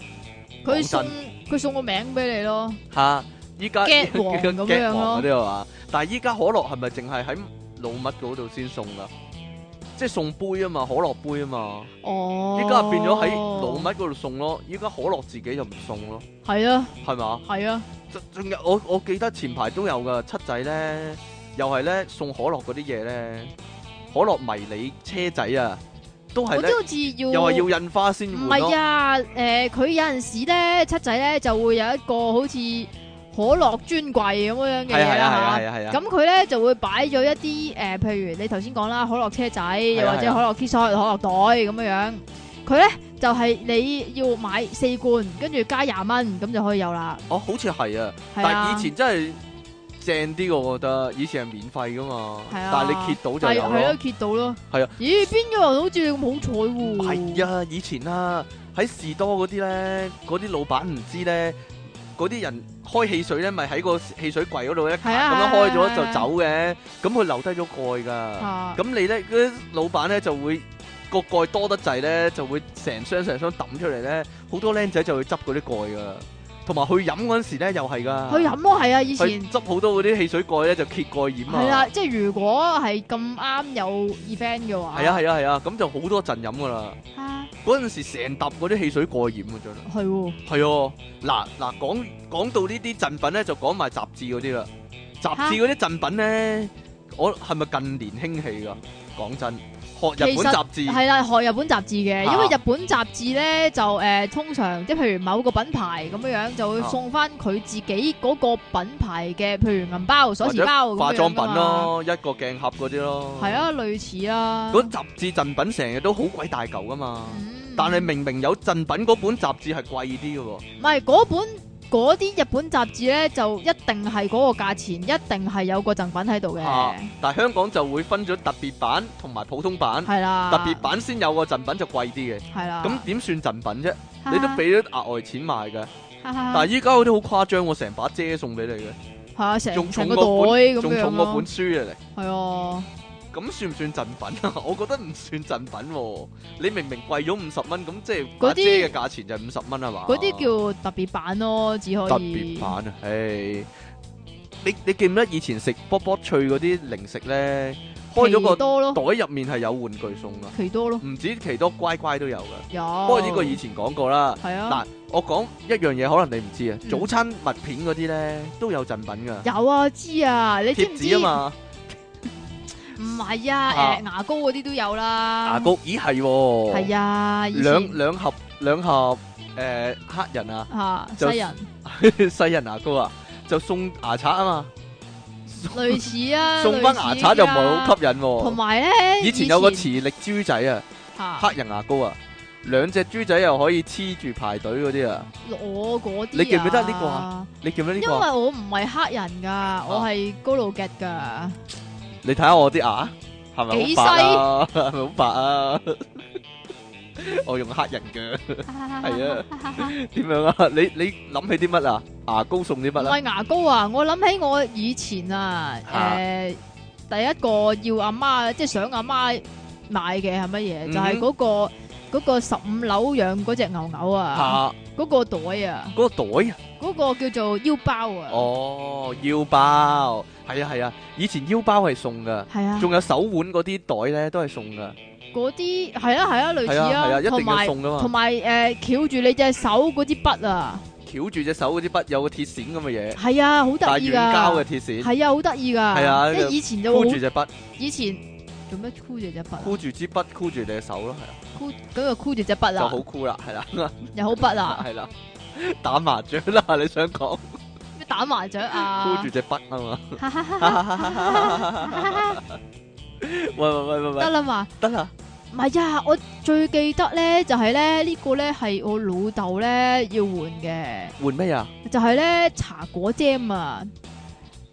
B: 佢
A: 講
B: 送
A: 真
B: 佢送個名俾你咯，
A: 吓，依家
B: Get 王咁樣
A: Get
B: 咯
A: 王嗰啲係嘛？但係依家可樂係咪淨係喺老麥嗰度先送噶？即係送杯啊嘛，可樂杯啊嘛，
B: 哦，
A: 依家變咗喺老麥嗰度送咯，依家可樂自己就唔送咯，
B: 係啊
A: 係嘛？
B: 係啊，
A: 仲仲有我我記得前排都有噶七仔咧，又係咧送可樂嗰啲嘢咧，可樂迷你車仔啊，都係
B: 我
A: 咧
B: 都好似要
A: 又係要印花先
B: 唔
A: 換
B: 係
A: 咯，
B: 啊，誒、佢有陣時咧，七仔咧就會有一個好似可樂專櫃咁樣
A: 係啊
B: 嘅嘢
A: 係啊
B: 啦
A: 係啊係啊，
B: 嚇咁佢咧就會擺咗一啲誒、譬如你頭先講啦，可樂車仔，又
A: 啊
B: 或
A: 係
B: 者
A: 啊
B: 可樂 T 恤、可樂袋咁樣樣。佢咧就係、你要買四罐，跟住加廿蚊，咁就可以有啦。
A: 哦好似係啊，
B: 係
A: 但係
B: 啊
A: 以，前真係正啲嘅，我覺得以前係免費噶嘛，
B: 係啊
A: 但係你揭到就
B: 但係
A: 有
B: 係咯，
A: 咯，
B: 揭到咯。
A: 係啊。
B: 咦？邊個人好似你咁好彩喎？
A: 係啊，以前啊喺士多嗰啲咧，嗰啲老闆唔知咧，嗰啲人開汽水咧，咪喺個汽水櫃嗰度咧咁
B: 係啊
A: 樣開咗
B: 係啊
A: 就走嘅，咁佢留低咗蓋㗎。
B: 啊，
A: 咁你咧嗰啲老闆咧就會個蓋多得滯咧，就會成箱成箱抌出嚟咧，好多僆仔就會執嗰啲蓋噶，同埋去飲嗰陣時咧又係噶，
B: 去飲咯，係啊，以前
A: 去。執好多嗰啲汽水蓋咧就揭蓋染啊，
B: 系啦，即系如果系咁啱有 event 嘅话，
A: 係啊係啊係啊，咁就好多陣飲噶啦。
B: 啊，
A: 嗰陣時成沓嗰啲汽水蓋染啊真係，
B: 系喎，
A: 係哦，嗱嗱講講到呢啲贈品咧，就講埋雜誌嗰啲啦，雜誌嗰啲贈品咧，我係咪近年興起噶？講真，學日
B: 其
A: 本
B: 實
A: 雜誌。
B: 系啦，学日本雜誌嘅，
A: 啊
B: 因為日本雜誌咧就诶、呃通常即係譬如某個品牌咁樣样，就會
A: 啊
B: 送翻佢自己嗰個品牌嘅，譬如銀包、鎖
A: 或
B: 匙
A: 者
B: 包
A: 化
B: 咁
A: 妝
B: 樣
A: 品
B: 㗎嘛，
A: 咯，一個鏡盒嗰啲咯。
B: 係，啊，類似啦。
A: 嗰雜誌贈品成日都好鬼大嚿噶嘛，
B: 嗯
A: 但係明明有贈品嗰本雜誌係貴啲嘅喎，
B: 唔係嗰本嗰啲日本雜誌咧，就一定係嗰個價錢，一定係有個贈品喺度嘅，
A: 啊但係香港就會分咗特別版同埋普通版，
B: 係啊啦，
A: 特別版先有個贈品就貴啲嘅，
B: 係啦，
A: 咁點算贈品啫？
B: 哈哈
A: 你都俾咗額外錢買嘅，
B: 哈哈
A: 但係依家嗰啲好誇張喎，成把遮送俾你嘅，
B: 系啊，成
A: 仲重
B: 成個啊
A: 過
B: 袋咁
A: 本，仲
B: 樣
A: 重過
B: 咯
A: 本，書嚟。
B: 係啊，
A: 咁算唔算贈品啊？ 我覺得唔算贈品喎、你明明貴咗五十蚊，咁即係把
B: 嗰啲
A: 遮嘅價錢就五十蚊係啊嘛？
B: 嗰啲叫特別版咯，只可
A: 特
B: 以
A: 別版啊！唉，你你記唔記得以前食波波脆嗰啲零食咧，開咗
B: 奇
A: 個
B: 多咯，
A: 袋入面係有玩具送噶，
B: 奇多咯，
A: 唔止奇多乖乖都有噶。
B: 有。
A: 不過呢個以前講過啦。
B: 係哦啊，
A: 嗱，我講一樣嘢，可能你唔知啊，
B: 嗯
A: 早餐麥片嗰啲咧都有贈品噶，
B: 有啊，知啊，你知
A: 貼
B: 唔知
A: 紙？啊嘛，
B: 唔係啊，
A: 啊
B: 誒牙膏嗰啲都有啦。
A: 牙膏，咦係喎，
B: 啊係啊，以
A: 兩
B: 前
A: 兩盒兩盒誒、呃黑人啊
B: 嚇
A: 就
B: 西人
A: 西人牙膏啊，就送牙刷啊嘛，
B: 類似啊，
A: 送翻牙刷就唔係好
B: 吸。
A: 吸引喎、
B: 同埋咧，
A: 以前有個磁力豬仔啊，
B: 嚇
A: 黑人牙膏啊，兩隻豬仔又可以黐住排隊嗰啲啊，
B: 我嗰啲啊，
A: 你記唔記得呢個啊你記唔記得呢
B: 因為
A: 個啊？
B: 我唔係黑人㗎，我係高露潔 㗎。
A: 你睇下我啲牙係咪好白啊？係咪好白啊？我用黑人嘅
B: 係啊。
A: 點樣啊？你你諗起啲乜啊？牙膏送啲乜
B: 唔
A: 啊？
B: 係牙膏啊！我諗起我以前啊，誒、
A: 嚇
B: 第一個要阿媽即係想阿媽買嘅係乜嘢？
A: 嗯哼
B: 就係嗰、個嗰、個十五樓養嗰只牛牛啊，
A: 嚇
B: 嗰、個袋啊，
A: 嗰個袋啊！
B: 嗰、個叫做腰包啊，
A: 哦，腰包係啊係啊，以前腰包係送噶，
B: 係啊，
A: 仲有手腕嗰啲袋咧都係送噶，
B: 嗰啲係啊係啊，
A: 係
B: 類似
A: 啊係啊，一
B: 同
A: 定要
B: 埋
A: 送噶
B: 同
A: 嘛。
B: 埋誒翹住你隻手嗰支筆啊，
A: 翹住隻手嗰支筆有個鐵線咁嘅嘢，
B: 係啊，好
A: 但
B: 得
A: 係
B: 意
A: 軟膠嘅
B: 㗎，
A: 鐵線，
B: 係啊，好得意㗎，
A: 係啊
B: 即係以前就
A: 箍
B: 好
A: 住，隻筆，
B: 以前做咩箍住隻筆啊？
A: 箍住支筆，箍住你隻手咯，係
B: 箍咁就箍住隻筆
A: 啊，就
B: 啦
A: 好，箍啦，係啦，
B: 又好筆啊。
A: 係啦，打麻雀啦，你想講
B: 咩打麻雀啊？
A: 箍住隻筆啊嘛？
B: 住
A: 喂喂喂喂
B: 得
A: 喂，
B: 啦嘛？
A: 得啦，
B: 唔係啊，我最記得咧就係咧呢個咧係我老豆咧要換嘅，
A: 換咩啊？
B: 就係咧茶果 jam 啊，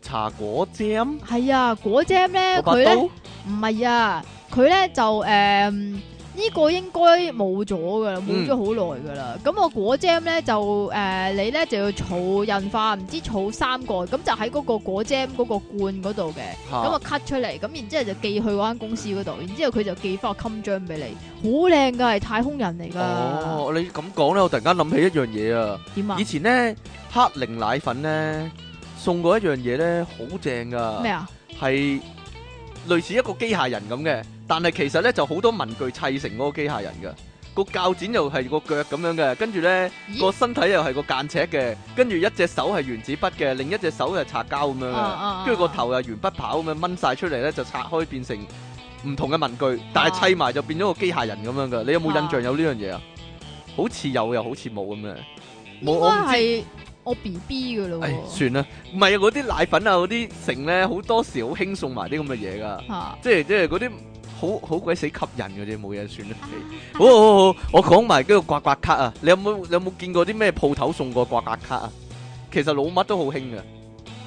A: 茶果 jam，
B: 係啊，果 jam 咧
A: 我把
B: 佢咧
A: 刀
B: 唔係啊，佢咧就誒呢個應該冇咗
A: 嗯
B: 噶啦，冇咗好耐噶啦。咁我果 jam 咧就誒，你咧就要儲印花，唔知儲三個，咁就喺嗰個果 jam 嗰個罐嗰度嘅，
A: 嚇
B: 咁啊 cut 出嚟，咁然之後就寄去嗰間公司嗰度，然之後佢就寄翻個襟章俾你，好靚噶，係太空人嚟噶，
A: 哦，你咁講咧，我突然間諗起一樣嘢啊！
B: 點啊
A: 以？前咧黑靈奶粉咧送過一樣嘢咧，好正噶
B: 咩，啊？
A: 係類似一個機械人咁嘅，但係其實咧就好多文具砌成嗰個機械人噶。個鉸剪又係個腳咁樣嘅，跟住咧
B: 咦
A: 個身體又係個間尺嘅，跟住一隻手係原子筆嘅，另一隻手係擦膠咁樣嘅。
B: 啊啊啊
A: 跟住個頭又鉛筆刨咁樣掹晒出嚟咧，就拆開變成唔同嘅文
B: 啊
A: 具，但係砌埋就變咗個機械人咁樣噶。你有冇印象有呢樣嘢啊？好似有又好似冇咁樣。冇
B: 應
A: 我
B: 該
A: 唔知
B: 係我 B B 噶咯
A: 唉，
B: 喎，
A: 算啦，唔係啊，嗰啲奶粉啊，嗰啲成咧好多時好輕送埋啲咁嘅嘢噶，
B: 嚇
A: 即係即係嗰啲好好鬼死吸引嗰啲，冇嘢算
B: 啊
A: 啦。好好好，我講埋嗰個刮刮卡啊，你有冇你有冇見過啲咩鋪頭送過刮刮卡啊？其實老麥都好興嘅，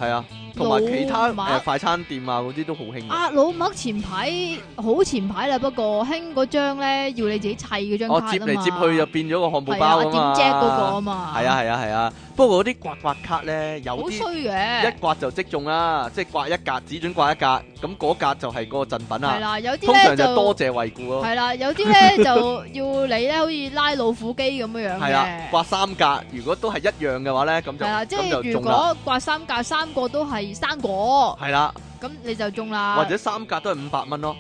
A: 係啊，同埋其他
B: 老麥
A: 誒快餐店啊嗰啲都好興嘅。
B: 啊老麥前排好前排啦，不過興嗰張咧要你自己砌嗰張
A: 我
B: 卡
A: 哦接嚟接
B: 啊嘛
A: 去就變咗個漢堡
B: 係
A: 包
B: 啊，
A: 啊
B: 點
A: 嘛，
B: 啫嗰個啊嘛，
A: 係啊，係啊係啊，不過嗰啲刮刮卡咧有
B: 好
A: 啲
B: 衰嘅
A: 一，刮就即中啦，即係刮一格只准刮一格，咁嗰格就係嗰個贈品
B: 係
A: 啦。
B: 啦，有啲
A: 通
B: 咧
A: 常就多
B: 就
A: 謝惠顧咯，
B: 係啦，有啲咧就要你咧好似拉老虎機咁樣樣
A: 係啊啦，
B: 嘅。
A: 刮三格，如果都係一樣嘅話咧，咁
B: 係啦，即
A: 就咁就
B: 係如
A: 中啦。
B: 果刮三格，三個都係生果，
A: 係啦，
B: 咁你就中啦。
A: 或者三格都係五百蚊咯。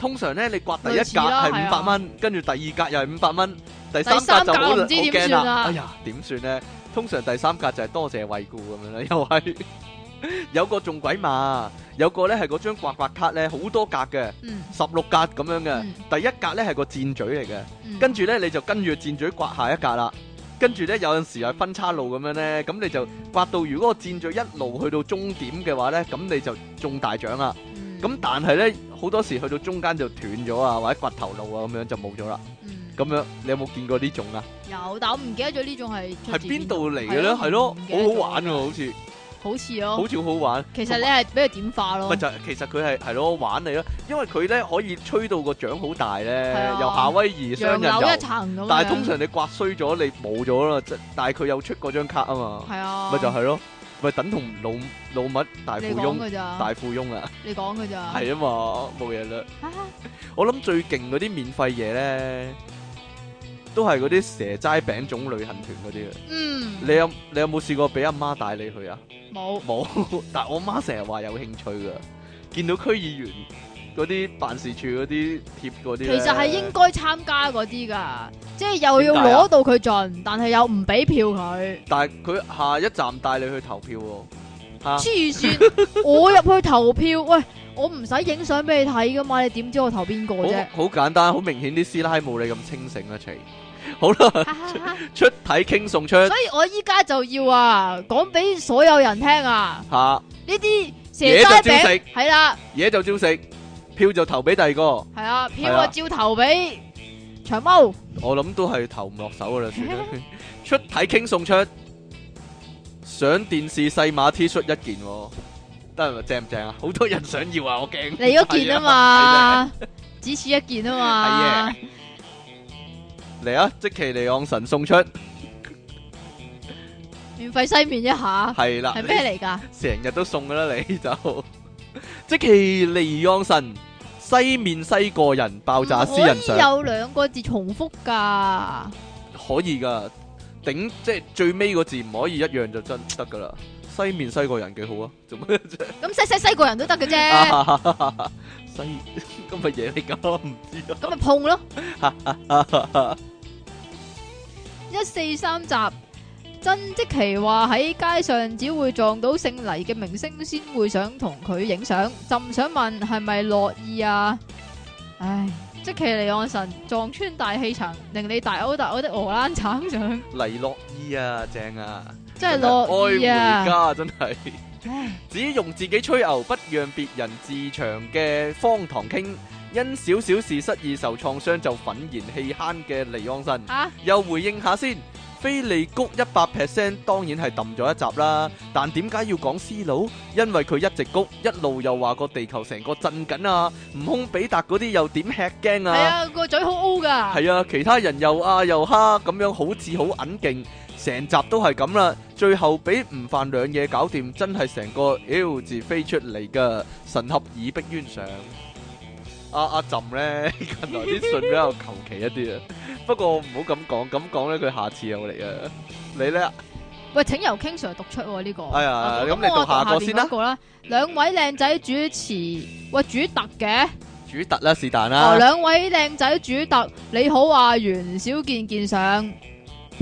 A: 通常咧，你刮第一格
B: 類似啦
A: 係
B: 係
A: 五百
B: 啊
A: 蚊，跟住第二格又係五百蚊，第三
B: 第
A: 格
B: 三
A: 就
B: 格
A: 好
B: 我唔
A: 好
B: 知點
A: 驚
B: 算
A: 啦
B: 啦。
A: 哎呀，點算咧？通常第三格就係多謝惠顧咁樣啦，又係 有個仲鬼嘛，有個咧係嗰張刮刮卡咧好多格嘅，
B: 嗯，
A: 十六格咁樣嘅。
B: 嗯
A: 第一格咧係個箭嘴嚟嘅，
B: 嗯，
A: 跟住咧你就跟住箭嘴刮下一格啦。跟住咧有陣時係分叉路咁樣咧，咁你就刮到如果個箭嘴一路去到終點嘅話咧，咁你就中大獎啦。
B: 嗯
A: 咁但係咧，好多時去到中間就斷咗啊，或者掘頭路啊咁樣就冇咗啦。
B: 嗯
A: 咁樣你有冇見過呢種啊？
B: 有，但我唔記得咗呢種係出
A: 係
B: 自
A: 邊度嚟嘅咧？係咯，好好玩喎，好似
B: 好似
A: 好
B: 咯。
A: 似好玩。
B: 哦其實你係俾佢點化咯
A: 咪，就係其實佢係係咯玩你咯，因為佢咧可以吹到個獎好大
B: 係
A: 咧
B: 啊，
A: 又夏威夷雙
B: 楊
A: 人
B: 柳一
A: 遊。
B: 層咁樣。
A: 但係通常你刮衰咗，你冇咗啦。即但係佢有出嗰張卡啊嘛，
B: 係啊，
A: 咪就係咯，咪等同老老麥大
B: 你
A: 富
B: 講
A: 翁
B: 㗎咋，
A: 大富翁啊，
B: 你講㗎咋，
A: 係啊嘛，冇嘢啦。
B: 啊
A: 我諗最勁嗰啲免費嘢咧，都係嗰啲蛇齋餅種旅行團嗰啲嘅。
B: 嗯，
A: 你有你有冇試過俾阿媽帶你去啊？
B: 冇
A: 冇， 但我媽成日話有興趣噶，見到區議員嗰啲辦事處嗰啲貼嗰啲
B: 其
A: 咧，
B: 實係應該參加嗰啲㗎，即係又要
A: 點解啊
B: 攞到佢盡，但係又唔俾票佢。
A: 但係佢下一站帶你去投票喎。嚇
B: 黐線！我入去投票，喂，我唔使影相俾你睇㗎嘛，你點知我投邊個啫？
A: 好好簡單，好明顯啲師奶冇你咁清醒啊！齊， 好啦，出體傾送出
B: 所以我依家就要啊，講俾所有人聽啊，
A: 嚇，
B: 呢啲蛇
A: 嘢就
B: 齋
A: 照食
B: 餅係啦，
A: 嘢就照食，票就投俾第二 個。
B: 係啊，
A: 係
B: 票
A: 啦
B: 啊照投俾長毛，
A: 我諗都係投唔落手噶啦，算啦。出體傾送出上電視細碼 T 恤一件、喎，得唔得正唔正啊？好多人想要啊，我驚
B: 你嗰件啊嘛，
A: 啊
B: 只此一件啊嘛，
A: 嚟啊！即其尼昂神送出
B: 免費西面一下，
A: 係啦，
B: 係咩嚟㗎？
A: 你成日都送噶啦，你就 即其尼昂神西面西個人爆炸私人
B: 唔可以
A: 相
B: 有兩個字重複噶，
A: 可以噶，頂即係最尾個字唔可以一樣就真得噶啦。西面西個人幾好啊？做咩啫？
B: 咁西西西個人都得嘅啫，
A: 啊 西咁嘅嘢嚟噶，唔知啊。
B: 咁咪碰咯。 一四三集，曾積奇話喺街上只會撞到姓黎嘅明星先會想同佢影相，朕想問係咪樂意啊？唉，積奇離岸神撞穿大氣層，令你大歐大歐的荷蘭 橙上，
A: 黎諾伊啊，正啊，
B: 真係樂
A: 愛回
B: 意啊！
A: 家真係，
B: 唉。
A: 只用自己吹牛，不讓別人自長嘅荒唐傾，因少少事失意受創傷就憤然氣慳嘅尼安神，
B: 啊
A: 又回應下先。菲利谷一百 percent 當然係揼咗一集啦，但點解要講斯佬？因為佢一直谷，一路又話個地球成個震緊啊，悟空比達嗰啲又點吃驚
B: 係
A: 啊？
B: 啊，個嘴好 O 噶，
A: 係啊，其他人又啊又蝦咁樣，好似好揞勁，成集都係咁啦。最後俾唔犯兩嘢搞掂，真係成個 L 字飛出嚟噶，神合以逼冤上。阿阿朕咧，近來啲信比較求其一啲啊。不過唔好咁講，咁講咧佢下次又嚟啊。你咧，
B: 喂，請由 King Sir 讀出喎呢個。
A: 哎呀
B: 啊
A: 咁你
B: 我
A: 讀下個
B: 邊
A: 先啦
B: 嗰個啦。兩位靚仔主持，喂主特嘅，
A: 主特啦，是但
B: 哦，
A: 啦。
B: 兩位靚仔主特，你好啊，袁小健健上，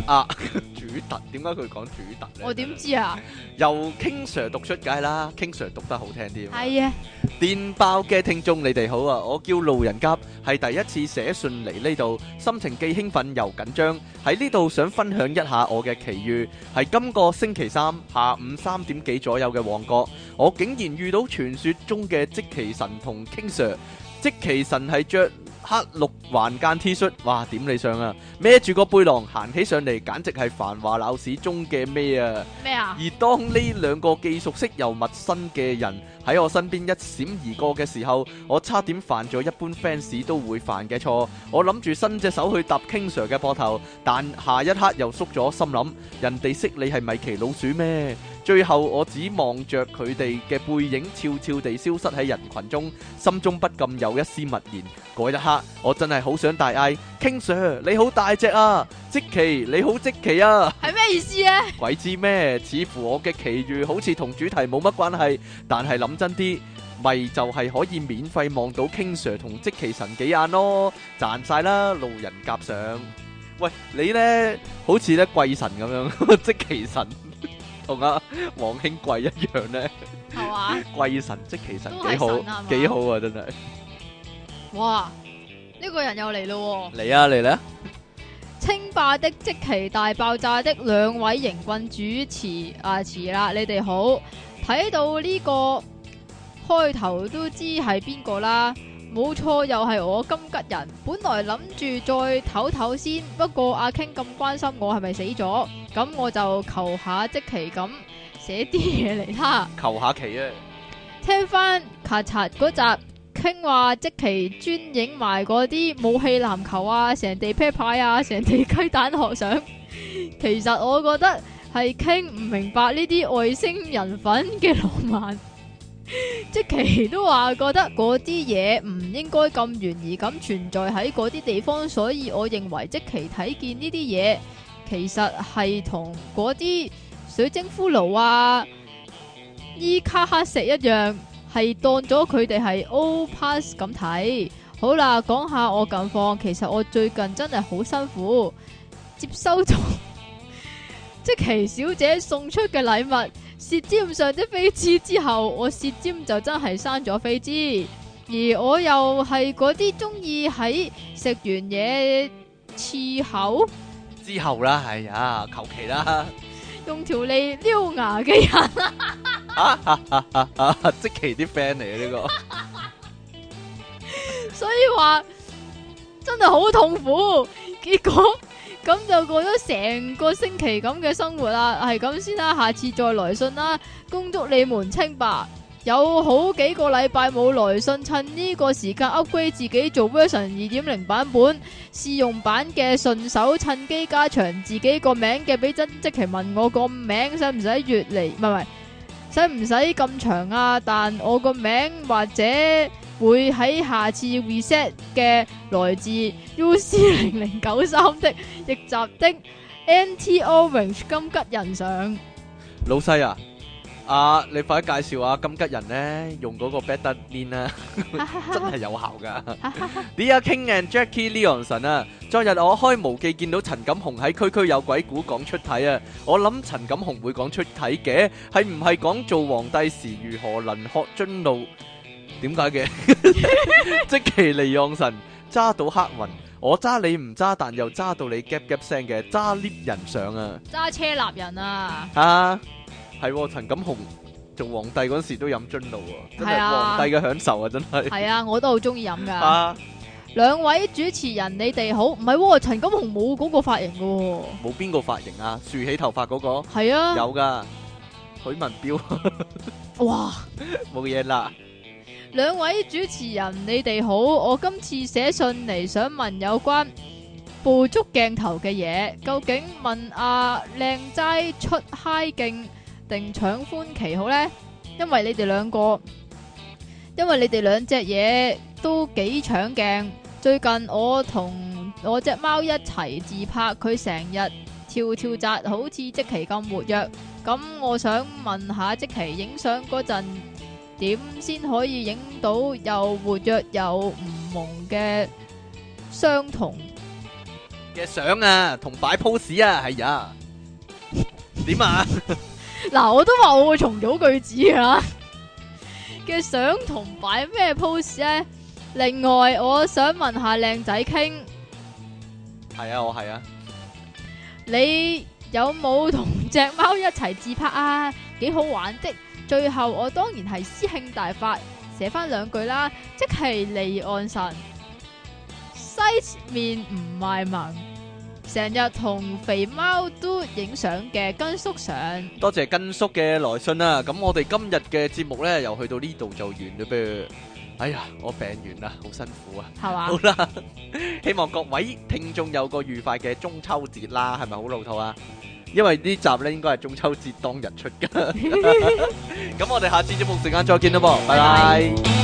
A: 啊，主特，點解佢講主特咧？
B: 我點知啊？
A: 又 King Sir 讀出街啦，King Sir 讀得好聽啲啊嘛。
B: 係啊，
A: 電爆嘅聽眾，你哋好啊！我叫路人甲，係第一次寫信嚟呢度，心情既興奮又緊張。喺呢度想分享一下我嘅奇遇，係今個星期三下午三點幾左右嘅旺角，我竟然遇到傳說中嘅即其神同 King Sir。即其神係着黑綠環間 T 恤，哇點理想啊！孭住個背囊行起上嚟，簡直係繁華鬧市中嘅咩啊！
B: 咩啊？
A: 而當呢兩個既熟悉又陌生嘅人喺我身邊一閃而過嘅時候，我差點犯咗一般 fans 都會犯嘅錯。我諗住伸隻手去搭 King Sir 嘅膊頭，但下一刻又縮咗，心諗人哋識你係米奇老鼠咩？最後我只望着佢哋嘅背影悄悄地消失喺人群中，心中不禁有一絲默然。嗰一刻，我真係好想大嗌：King Sir，你好大隻啊！即奇，你好即奇啊！
B: 係咩意思咧？
A: 鬼知咩？似乎我嘅奇遇好似同主題冇乜關係，但係諗真啲，咪就係可以免費望到 King Sir 同即其神幾眼咯，賺晒啦！路人甲上，喂你呢？好似咧貴神咁樣， 即其神同阿黃興貴一樣呢。
B: 係嘛？
A: 貴神即其神
B: 都係
A: 幾好
B: 神啊嘛
A: 幾好啊！真係
B: 哇！呢個人又嚟咯喎，
A: 嚟啊嚟啦！
B: 清霸的即期大爆炸的兩位營運主持啊，遲啦，你哋好，睇到呢個開頭都知係邊個啦，冇錯，又係我金吉人。本來諗住再唞唞先，不過阿 King 咁關心我係咪死咗，咁我就求下即期咁寫啲嘢嚟啦。
A: 求下奇啊！
B: 聽翻咔嚓嗰集，傾話即期專影埋嗰啲武器籃球啊， 成地啤牌啊， 成地雞蛋殼相。 其實我覺得係傾唔明白呢啲外星人粉嘅浪漫。 即期都話覺得嗰啲嘢唔應該咁懸疑咁存在喺嗰啲地方，所以我認為即期睇見呢啲嘢，其實係同嗰啲水晶骷髏啊。伊卡克石一樣，係當咗佢哋係 O pass 咁睇。好啦，講下我近況，其實我最近真係好辛苦，接收咗 即奇小姐送出嘅禮物，舌尖上的飛枝之後，我舌尖就真係生咗飛枝，而我又係嗰啲中意喺食完嘢刺口
A: 之後啦，哎呀，求其啦，
B: 用條脷撩牙嘅人。
A: 啊即奇啲 friend 嚟啊嘅呢個。
B: 所以話真係好痛苦。結果咁就過咗成個星期咁嘅生活啦，係咁先啦，下次再來信啦。恭祝你們清白。有好幾個禮拜冇來信，趁呢個時間 upgrade 自己做 version 二點零版本試用版嘅，順手趁機加長自己個名嘅。俾真即期問我個名使唔使越嚟，唔係唔係，使唔使咁長啊？但我個名或者。會喺下次 reset 嘅來自 UC 零零九三的逆集的 NT Orange 金吉人上，
A: 老西啊，啊你快啲介紹下金吉人咧用嗰個 Better Lean 啦，真係有效噶。Dear King and Jackie Leonson 啊，昨日我開無記見到陳錦雄喺區區有鬼故講出體啊，我諗陳錦雄會講出體嘅，係唔係講做皇帝時如何能學津路？點解嘅？ 即其利昂神揸到黑雲，我揸你唔揸，但又揸到你 gap gap 聲嘅揸 lift 人上啊！
B: 揸車立人 啊！
A: 啊，系陳錦雄做皇帝嗰時都飲樽露喎，真
B: 係
A: 係
B: 啊
A: 皇帝嘅享受啊，真係
B: 係啊，我都好中意飲噶。
A: 啊！
B: 兩位主持人，你哋好。唔係喎，陳金紅冇嗰個髮型嘅喎。
A: 冇邊個髮型啊？豎起頭髮嗰個
B: 係啊，
A: 有噶，許文彪
B: 哇！
A: 冇嘢啦。
B: 兩位主持人，你哋好。我今次寫信嚟想問有關捕捉鏡頭嘅嘢，究竟問阿靚仔出嗨勁定搶歡期好呢？因為你哋兩個，因為你哋兩隻嘢都幾搶鏡。最近我同我只貓一齊自拍，佢成日跳跳扎，好似即期咁活躍。咁我想問下即期影相嗰陣。點先可以影到又活躍又唔蒙嘅相同？
A: 嘅相啊，同擺 pose 啊，係啊。點啊？
B: 嗱，我都話我會重組句子啊 嘅相同擺咩 pose 咧？另外，我想問下靚仔傾，
A: 係啊，我係啊。
B: 你有冇同只貓一齊自拍啊？幾好玩的！最後我當然係詩興大發，寫翻兩句啦，即係離岸神，西面唔賣萌，成日同肥貓都影相嘅跟叔相，
A: 多謝根叔嘅來信啦。咁我哋今日嘅節目呢，又去到呢度就完啦噃。哎呀，我病完啦，好辛苦啊。
B: 係嘛
A: 好？啦， 希望各位聽眾有個愉快嘅中秋節啦，係咪好老土啊？因為呢集咧應該係中 秋節當日出噶，咁我哋下次節目時間再見啦噃，拜拜。